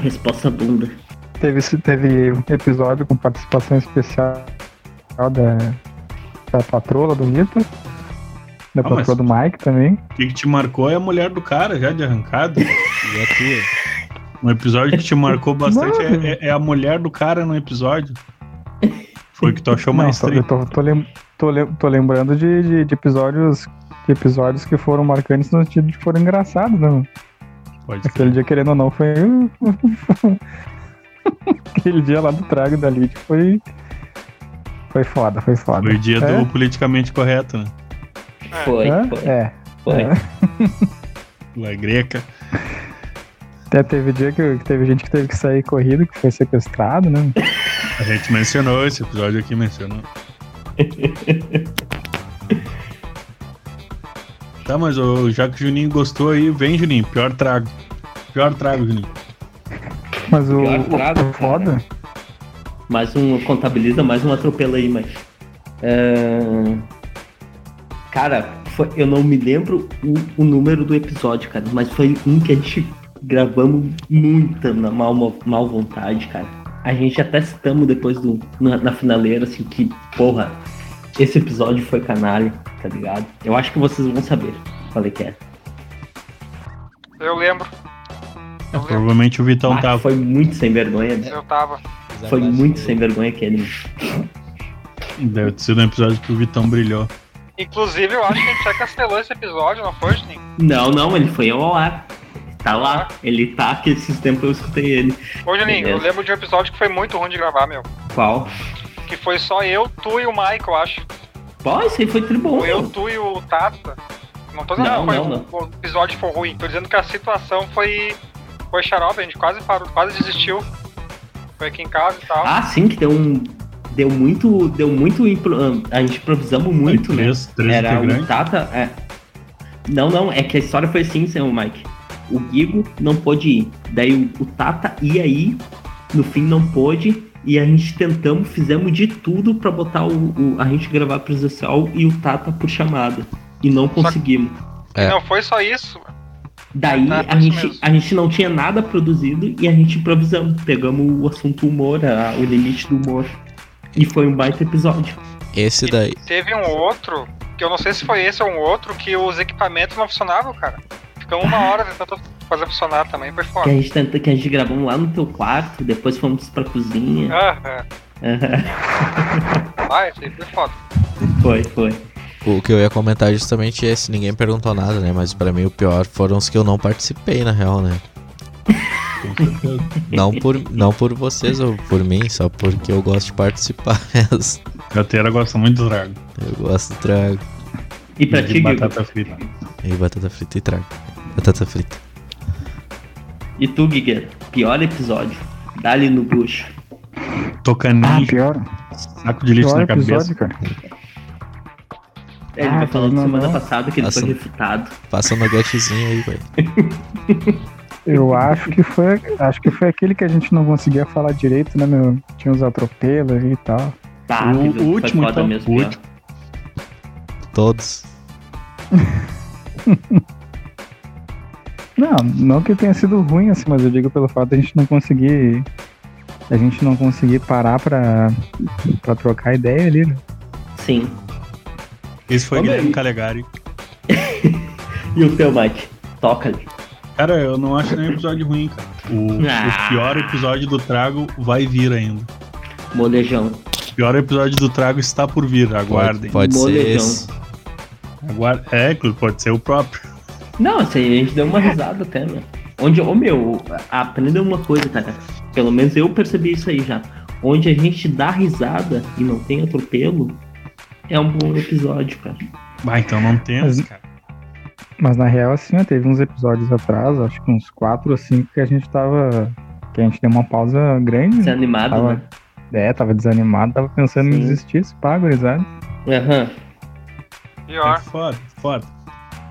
[SPEAKER 3] Resposta bunda.
[SPEAKER 6] Teve, esse- teve um episódio com participação especial da, da patroa do Vitor. Da
[SPEAKER 1] Ah, mas-
[SPEAKER 6] patroa do Mike também.
[SPEAKER 1] O que, que te marcou é a mulher do cara, já de arrancada.
[SPEAKER 2] E a tua?
[SPEAKER 1] Um episódio que te
[SPEAKER 6] (laughs)
[SPEAKER 1] marcou bastante
[SPEAKER 6] Mano.
[SPEAKER 1] é, é- é a mulher do cara no episódio. Foi o que tu achou
[SPEAKER 6] (laughs) Não,
[SPEAKER 1] mais
[SPEAKER 6] tô,
[SPEAKER 1] tri.
[SPEAKER 6] eu tô, tô, lem- tô lem- tô lembrando de, de- de episódios de episódios que foram marcantes no sentido de que foram engraçados, né?
[SPEAKER 1] Pode ser.
[SPEAKER 6] Aquele dia, querendo ou não, foi. um (laughs) Aquele dia lá do trago da Lid foi. Foi foda, foi foda.
[SPEAKER 1] Foi o dia
[SPEAKER 6] É?
[SPEAKER 1] do politicamente correto, né?
[SPEAKER 3] Foi,
[SPEAKER 6] Hã?
[SPEAKER 3] foi,
[SPEAKER 6] É.
[SPEAKER 3] foi.
[SPEAKER 6] é.
[SPEAKER 1] La é greca.
[SPEAKER 6] Até teve dia que, que teve gente que teve que sair corrida, que foi sequestrado, né?
[SPEAKER 1] A gente mencionou esse episódio aqui,
[SPEAKER 6] (laughs)
[SPEAKER 1] mencionou. Tá, mas ô, já que o Juninho gostou aí, vem, Juninho. Pior trago. Pior trago, Juninho.
[SPEAKER 6] Mas o,
[SPEAKER 3] Pior
[SPEAKER 6] o
[SPEAKER 3] trago, cara.
[SPEAKER 6] foda.
[SPEAKER 3] Mais um, contabiliza mais um atropelo aí, mas. Ahn, Cara, foi- eu não me lembro o, o número do episódio, cara, mas foi um que a gente gravamos muita na mal, mal vontade, cara. A gente até citamos depois do, na, na finaleira, assim, que, porra, esse episódio foi canalha, tá ligado? Eu acho que vocês vão saber. Falei que é.
[SPEAKER 4] Eu lembro. Eu lembro.
[SPEAKER 1] Provavelmente o Vitão
[SPEAKER 3] Ah,
[SPEAKER 1] tava.
[SPEAKER 3] Foi muito sem vergonha, né?
[SPEAKER 4] Eu tava.
[SPEAKER 2] É,
[SPEAKER 3] Foi muito sem vergonha aquele.
[SPEAKER 1] Deve ter sido um episódio que o Vitão brilhou.
[SPEAKER 4] Inclusive, eu acho que a gente já cancelou esse episódio, não foi, Juninho?
[SPEAKER 3] Não, não, ele foi ao ar. Tá lá, ele tá, que esses tempos eu escutei ele.
[SPEAKER 4] Ô, Juninho, eu
[SPEAKER 3] Beleza.
[SPEAKER 4] lembro de um episódio que foi muito ruim de gravar, meu.
[SPEAKER 3] Qual?
[SPEAKER 4] Que foi só eu, tu e o Mike, eu acho.
[SPEAKER 3] Pô, esse aí foi tribom.
[SPEAKER 4] Ou eu, tu e o Tata. Não tô dizendo
[SPEAKER 3] Não,
[SPEAKER 4] que foi
[SPEAKER 3] não,
[SPEAKER 4] o- o episódio foi ruim. Tô dizendo que a situação foi. Foi xarope, a gente quase parou, quase desistiu. Foi aqui em casa e tal.
[SPEAKER 3] Ah, sim, que deu um. Deu muito. Deu muito. impro- ah, A gente improvisamos muito, né?
[SPEAKER 1] três, três
[SPEAKER 3] Era o
[SPEAKER 1] integrantes.
[SPEAKER 3] Tata. é. Não, não, é que a história foi assim, seu Mike. O Guigo não pôde ir. Daí o, o Tata ia aí, no fim não pôde. E a gente tentamos, fizemos de tudo pra botar o, o- a gente gravar presencial e o Tata por chamada. E não
[SPEAKER 4] que-
[SPEAKER 3] conseguimos.
[SPEAKER 4] E
[SPEAKER 2] É.
[SPEAKER 4] não foi só isso.
[SPEAKER 3] Daí
[SPEAKER 4] Ah, tá,
[SPEAKER 3] a,
[SPEAKER 4] isso
[SPEAKER 3] gente,
[SPEAKER 4] mesmo.
[SPEAKER 3] a gente não tinha nada produzido e a gente improvisamos. Pegamos o assunto humor, a- o limite do humor. E foi um baita episódio.
[SPEAKER 2] Esse
[SPEAKER 4] E
[SPEAKER 2] daí.
[SPEAKER 4] Teve um outro, que eu não sei se foi esse ou um outro, que os equipamentos não funcionavam, cara. Ficamos uma
[SPEAKER 3] (laughs)
[SPEAKER 4] hora tentando fazer funcionar também, foi
[SPEAKER 3] Que
[SPEAKER 4] foda.
[SPEAKER 3] a gente tenta, que a gente gravamos lá no teu quarto, depois fomos pra cozinha. (laughs)
[SPEAKER 4] Aham. Vai, esse aí foi foda.
[SPEAKER 3] Foi, foi.
[SPEAKER 2] O que eu ia comentar justamente é esse, ninguém perguntou nada, né? Mas pra mim o pior foram os que eu não participei, na real,
[SPEAKER 1] (laughs)
[SPEAKER 2] né?
[SPEAKER 1] Com certeza.
[SPEAKER 2] Não por, não por vocês ou por mim, só porque eu gosto de participar. (laughs) mas
[SPEAKER 1] Gateira gosta muito do trago.
[SPEAKER 2] eu gosto do trago.
[SPEAKER 3] E pra
[SPEAKER 1] de
[SPEAKER 3] ti, Guigo?
[SPEAKER 1] batata frita.
[SPEAKER 2] E batata frita e trago. Batata frita.
[SPEAKER 3] E tu, Guigueto? Pior episódio. Dá-lhe no bucho.
[SPEAKER 6] Ah,
[SPEAKER 1] Tocaninho,
[SPEAKER 6] pior.
[SPEAKER 1] saco de lixo
[SPEAKER 6] Pior
[SPEAKER 1] na cabeça.
[SPEAKER 6] episódio, cara.
[SPEAKER 3] Ele
[SPEAKER 6] Ah,
[SPEAKER 3] vai falando
[SPEAKER 6] não,
[SPEAKER 3] semana
[SPEAKER 6] não.
[SPEAKER 3] passada que ele
[SPEAKER 2] Nossa.
[SPEAKER 3] foi refutado.
[SPEAKER 2] Passa um nuggetzinho aí, velho.
[SPEAKER 6] Eu acho que foi. Acho que foi aquele que a gente não conseguia falar direito, né, meu? Tinha uns atropelos aí e tal.
[SPEAKER 3] Tá,
[SPEAKER 1] O
[SPEAKER 3] Guigo, foi
[SPEAKER 1] último,
[SPEAKER 3] foda
[SPEAKER 1] então,
[SPEAKER 3] mesmo,
[SPEAKER 1] o
[SPEAKER 3] pior.
[SPEAKER 1] último.
[SPEAKER 2] Todos.
[SPEAKER 6] Não, não que tenha sido ruim, assim, mas eu digo pelo fato de a gente não conseguir. A gente não conseguir parar pra, pra trocar ideia ali, né?
[SPEAKER 3] Sim.
[SPEAKER 1] Esse foi
[SPEAKER 3] Ô,
[SPEAKER 1] Guilherme
[SPEAKER 3] meu,
[SPEAKER 1] Calegari.
[SPEAKER 3] E o teu, Mike? Toca-lhe.
[SPEAKER 1] Cara, eu não acho nenhum episódio ruim, cara. O,
[SPEAKER 3] Ah.
[SPEAKER 1] o pior episódio do Trago vai vir ainda.
[SPEAKER 3] Molejão.
[SPEAKER 1] pior episódio do Trago está por vir, aguardem.
[SPEAKER 2] Pode ser
[SPEAKER 3] Moletão.
[SPEAKER 2] esse.
[SPEAKER 1] Aguar- É, claro, pode ser o próprio.
[SPEAKER 3] Não, isso aí a gente deu uma risada até, né? Onde, ô meu, aprenda uma coisa, cara. Pelo menos eu percebi isso aí já. Onde a gente dá risada e não tem atropelo, é um bom episódio, cara.
[SPEAKER 1] Bah, então não temos, cara.
[SPEAKER 6] Mas na real, assim, ó, teve uns episódios atrás, acho que uns quatro ou cinco, que a gente tava. Que a gente deu uma pausa grande.
[SPEAKER 3] Você é animado,
[SPEAKER 6] Tava-
[SPEAKER 3] né?
[SPEAKER 6] É, tava desanimado, tava pensando em
[SPEAKER 3] Sim.
[SPEAKER 6] desistir, se né? pá, gurizada.
[SPEAKER 3] né? Aham.
[SPEAKER 1] É
[SPEAKER 4] Pior.
[SPEAKER 1] Tá foda, foda.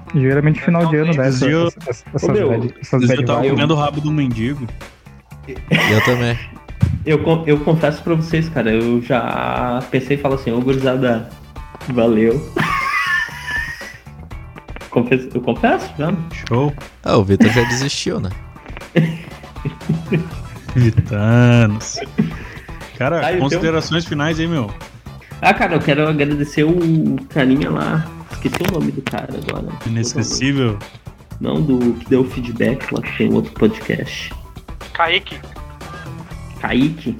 [SPEAKER 6] Então, E Geralmente final de ano, né?
[SPEAKER 1] Esses
[SPEAKER 6] Essas,
[SPEAKER 1] dias-
[SPEAKER 6] essas, essas,
[SPEAKER 3] Ô, meu,
[SPEAKER 6] bad- essas
[SPEAKER 1] Vocês
[SPEAKER 6] bad
[SPEAKER 1] eu tava
[SPEAKER 6] vibes.
[SPEAKER 1] comendo o rabo do mendigo.
[SPEAKER 2] Eu também.
[SPEAKER 3] Eu, con- eu confesso pra vocês, cara, eu já pensei e falo assim, ô gurizada, valeu. (laughs) confesso, eu confesso, já.
[SPEAKER 1] Show.
[SPEAKER 2] Ah, o Vitor já desistiu, né?
[SPEAKER 1] Vitanos. Cara,
[SPEAKER 3] Aí,
[SPEAKER 1] considerações finais aí, meu.
[SPEAKER 3] Ah, cara, eu quero agradecer o carinha lá. Esqueci o nome do cara agora.
[SPEAKER 1] Inesquecível.
[SPEAKER 3] Não, do que deu feedback lá, que tem um outro podcast.
[SPEAKER 4] Kaique.
[SPEAKER 3] Kaique.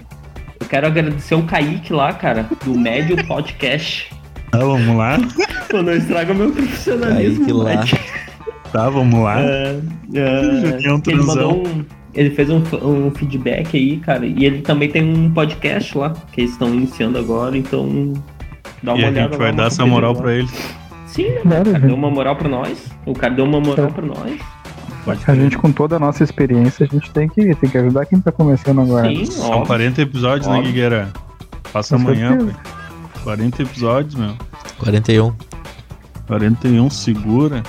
[SPEAKER 3] Eu quero agradecer o Kaique lá, cara, do Médio
[SPEAKER 1] (laughs)
[SPEAKER 3] Podcast.
[SPEAKER 1] Tá, vamos lá.
[SPEAKER 3] Pô, não estraga meu profissionalismo,
[SPEAKER 2] Kaique lá.
[SPEAKER 3] moleque.
[SPEAKER 1] Tá, vamos lá.
[SPEAKER 3] É, é,
[SPEAKER 1] Julião
[SPEAKER 3] ele
[SPEAKER 1] Transão.
[SPEAKER 3] mandou um. Ele fez um, um feedback aí, cara. E ele também tem um podcast lá, que eles estão iniciando agora, então dá uma
[SPEAKER 1] E a
[SPEAKER 3] olhada
[SPEAKER 1] gente vai
[SPEAKER 3] lá,
[SPEAKER 1] dar
[SPEAKER 3] uma
[SPEAKER 1] essa moral
[SPEAKER 3] conferida
[SPEAKER 1] pra ele.
[SPEAKER 3] lá. Sim, né?
[SPEAKER 6] Claro,
[SPEAKER 3] cara,
[SPEAKER 6] gente.
[SPEAKER 3] deu uma moral pra nós. O cara deu uma moral pra nós.
[SPEAKER 1] Pode
[SPEAKER 6] A gente, com toda a nossa experiência, a gente tem que, tem que ajudar quem tá começando agora.
[SPEAKER 3] Sim,
[SPEAKER 1] São
[SPEAKER 3] ó.
[SPEAKER 1] 40 episódios, né,
[SPEAKER 3] Óbvio.
[SPEAKER 1] Guigueira? Passa
[SPEAKER 6] Com
[SPEAKER 1] amanhã,
[SPEAKER 6] certeza.
[SPEAKER 1] pai. 40 episódios, meu.
[SPEAKER 2] 41.
[SPEAKER 1] 41 segura.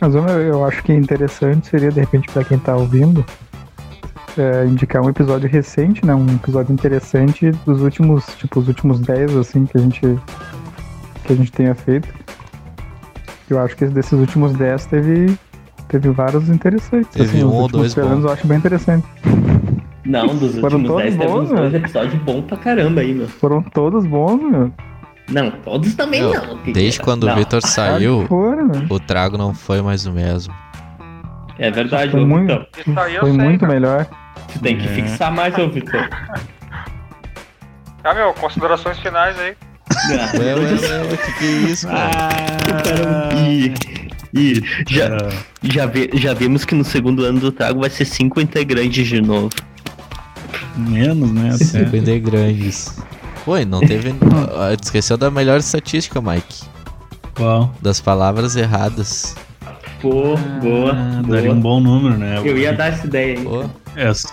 [SPEAKER 6] Mas ô, meu, eu acho que interessante seria, de repente, pra quem tá ouvindo, é, indicar um episódio recente, né? Um episódio interessante dos últimos, tipo, os últimos 10, assim, que a gente, que a gente tenha feito. Eu acho que desses últimos 10 teve, teve vários interessantes.
[SPEAKER 2] Teve
[SPEAKER 6] assim,
[SPEAKER 2] um
[SPEAKER 6] os
[SPEAKER 2] ou
[SPEAKER 6] últimos,
[SPEAKER 2] dois
[SPEAKER 6] Pelo
[SPEAKER 2] bons.
[SPEAKER 6] menos eu acho bem interessante.
[SPEAKER 3] Não, dos
[SPEAKER 6] Foram
[SPEAKER 3] últimos
[SPEAKER 6] todos
[SPEAKER 3] 10 teve
[SPEAKER 6] bons,
[SPEAKER 3] uns dois
[SPEAKER 6] né?
[SPEAKER 3] episódios bons pra caramba aí, meu.
[SPEAKER 6] Foram todos bons, meu.
[SPEAKER 3] Não, todos também
[SPEAKER 2] Meu,
[SPEAKER 3] não. que
[SPEAKER 2] Desde
[SPEAKER 3] que-
[SPEAKER 2] quando
[SPEAKER 3] não,
[SPEAKER 2] o Vitor saiu,
[SPEAKER 6] Foram, Tá meu.
[SPEAKER 2] o trago não foi mais o mesmo.
[SPEAKER 3] É verdade,
[SPEAKER 6] Foi
[SPEAKER 3] ô
[SPEAKER 6] muito-
[SPEAKER 3] Vitor.
[SPEAKER 4] Isso aí eu
[SPEAKER 6] Foi
[SPEAKER 4] sei.
[SPEAKER 6] muito
[SPEAKER 4] cara.
[SPEAKER 6] melhor.
[SPEAKER 3] Tu tem que
[SPEAKER 1] É.
[SPEAKER 3] fixar mais, ô
[SPEAKER 2] (laughs)
[SPEAKER 3] Vitor.
[SPEAKER 4] Ah, meu, considerações finais aí.
[SPEAKER 3] Ah,
[SPEAKER 2] Ué, ué, ué, ué, que que é isso, cara?
[SPEAKER 6] Ah.
[SPEAKER 3] E, e já,
[SPEAKER 1] Ah,
[SPEAKER 3] já, vi- já vimos que no segundo ano do Trago vai ser cinco integrantes de novo.
[SPEAKER 1] menos, né? até.
[SPEAKER 2] Vender grandes. Pô, e não teve. ah, tu Esqueceu da melhor estatística, Mike.
[SPEAKER 1] Qual?
[SPEAKER 2] Das palavras erradas.
[SPEAKER 3] Pô, boa,
[SPEAKER 1] Ah, Daria um
[SPEAKER 3] boa.
[SPEAKER 1] bom número, né?
[SPEAKER 3] Eu ia dar essa ideia aí.
[SPEAKER 2] Pô,
[SPEAKER 1] Essa-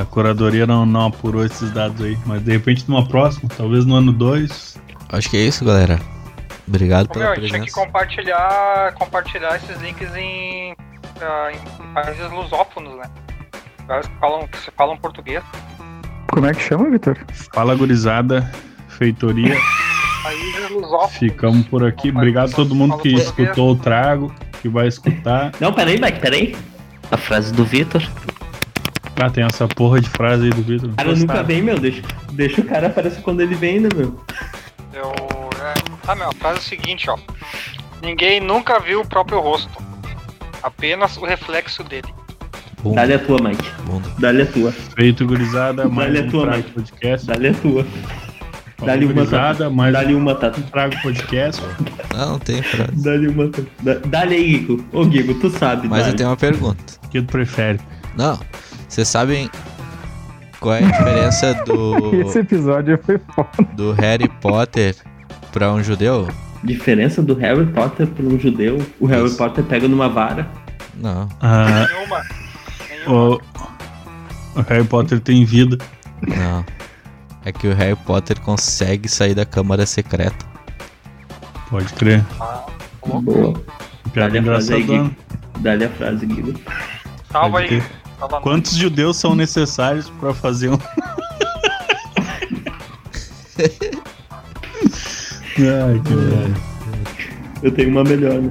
[SPEAKER 1] a curadoria não, não apurou esses dados aí, mas de repente numa próxima, talvez no ano 2.
[SPEAKER 2] acho que é isso, galera. Obrigado
[SPEAKER 4] Ô, meu,
[SPEAKER 2] pela
[SPEAKER 4] a gente tinha que
[SPEAKER 2] presença.
[SPEAKER 4] compartilhar, compartilhar esses links em, ah, em países lusófonos, né? Vários que falam, que se falam português.
[SPEAKER 6] Como é que chama, Vitor?
[SPEAKER 1] Fala gurizada, feitoria.
[SPEAKER 4] Países lusófonos.
[SPEAKER 1] Ficamos por aqui. Obrigado a todo mundo que
[SPEAKER 4] Fala português.
[SPEAKER 1] escutou o trago, que vai escutar.
[SPEAKER 3] Não, peraí, Mike, peraí. A frase do Vitor.
[SPEAKER 1] Ah, tem essa porra de frase aí do Vitor.
[SPEAKER 3] Cara, nunca vem, meu. Deixa, deixa o cara aparecer quando ele vem, né, meu?
[SPEAKER 4] Eu. É... Ah, meu, faz o seguinte, ó. Ninguém nunca viu o próprio rosto. Apenas o reflexo dele.
[SPEAKER 2] Bum,
[SPEAKER 3] Dá-lhe a tua, Mike.
[SPEAKER 2] bum.
[SPEAKER 3] Dá-lhe a tua.
[SPEAKER 1] Feito gurizada, mais
[SPEAKER 3] Dá-lhe a
[SPEAKER 1] um
[SPEAKER 3] tua,
[SPEAKER 1] trago
[SPEAKER 3] mãe.
[SPEAKER 1] podcast.
[SPEAKER 3] Dá-lhe a tua.
[SPEAKER 1] Falou,
[SPEAKER 3] dá-lhe uma-
[SPEAKER 1] gurizada, mais
[SPEAKER 3] Dá-lhe uma, Tata.
[SPEAKER 1] um trago podcast.
[SPEAKER 2] Não, não tem frase.
[SPEAKER 3] Dá-lhe uma, Tata. Dá- Dá-lhe aí, Gigo. Ô, Gigo, tu sabe,
[SPEAKER 2] Mas eu
[SPEAKER 3] dá-lhe.
[SPEAKER 2] tenho uma pergunta.
[SPEAKER 1] O que tu prefere?
[SPEAKER 2] Não, vocês sabem qual é a diferença
[SPEAKER 6] (laughs) Esse
[SPEAKER 2] do,
[SPEAKER 6] episódio foi foda.
[SPEAKER 2] do Harry Potter pra um judeu?
[SPEAKER 3] Diferença do Harry Potter pra um judeu. O Harry
[SPEAKER 2] Isso.
[SPEAKER 3] Potter pega numa vara.
[SPEAKER 2] Não.
[SPEAKER 1] Ah,
[SPEAKER 4] Nenhuma. Nenhuma.
[SPEAKER 1] o, o Harry Potter tem vida.
[SPEAKER 2] Não. É que o Harry Potter consegue sair da câmara secreta.
[SPEAKER 1] Pode crer.
[SPEAKER 3] Boa.
[SPEAKER 1] Piada
[SPEAKER 3] Dá-lhe a frase aí,
[SPEAKER 1] engraçadona.
[SPEAKER 3] Dá-lhe a frase, Guido.
[SPEAKER 4] Salva
[SPEAKER 1] Pode
[SPEAKER 4] aí.
[SPEAKER 1] crer.
[SPEAKER 4] Salva nós.
[SPEAKER 1] Quantos judeus são necessários pra fazer um. (laughs) Ai, que merda.
[SPEAKER 3] Eu tenho uma melhor, né?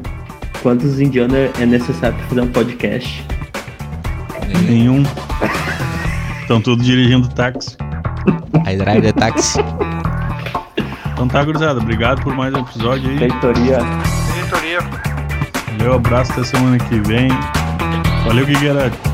[SPEAKER 3] Quantos indianos é necessário pra fazer um podcast?
[SPEAKER 1] Nenhum. Estão todos dirigindo táxi.
[SPEAKER 2] I drive the taxi.
[SPEAKER 1] Então tá, gurizada. Obrigado por mais um episódio aí.
[SPEAKER 3] Feitoria.
[SPEAKER 4] Diretoria.
[SPEAKER 1] Valeu, abraço até semana que vem. Valeu, Guigueira.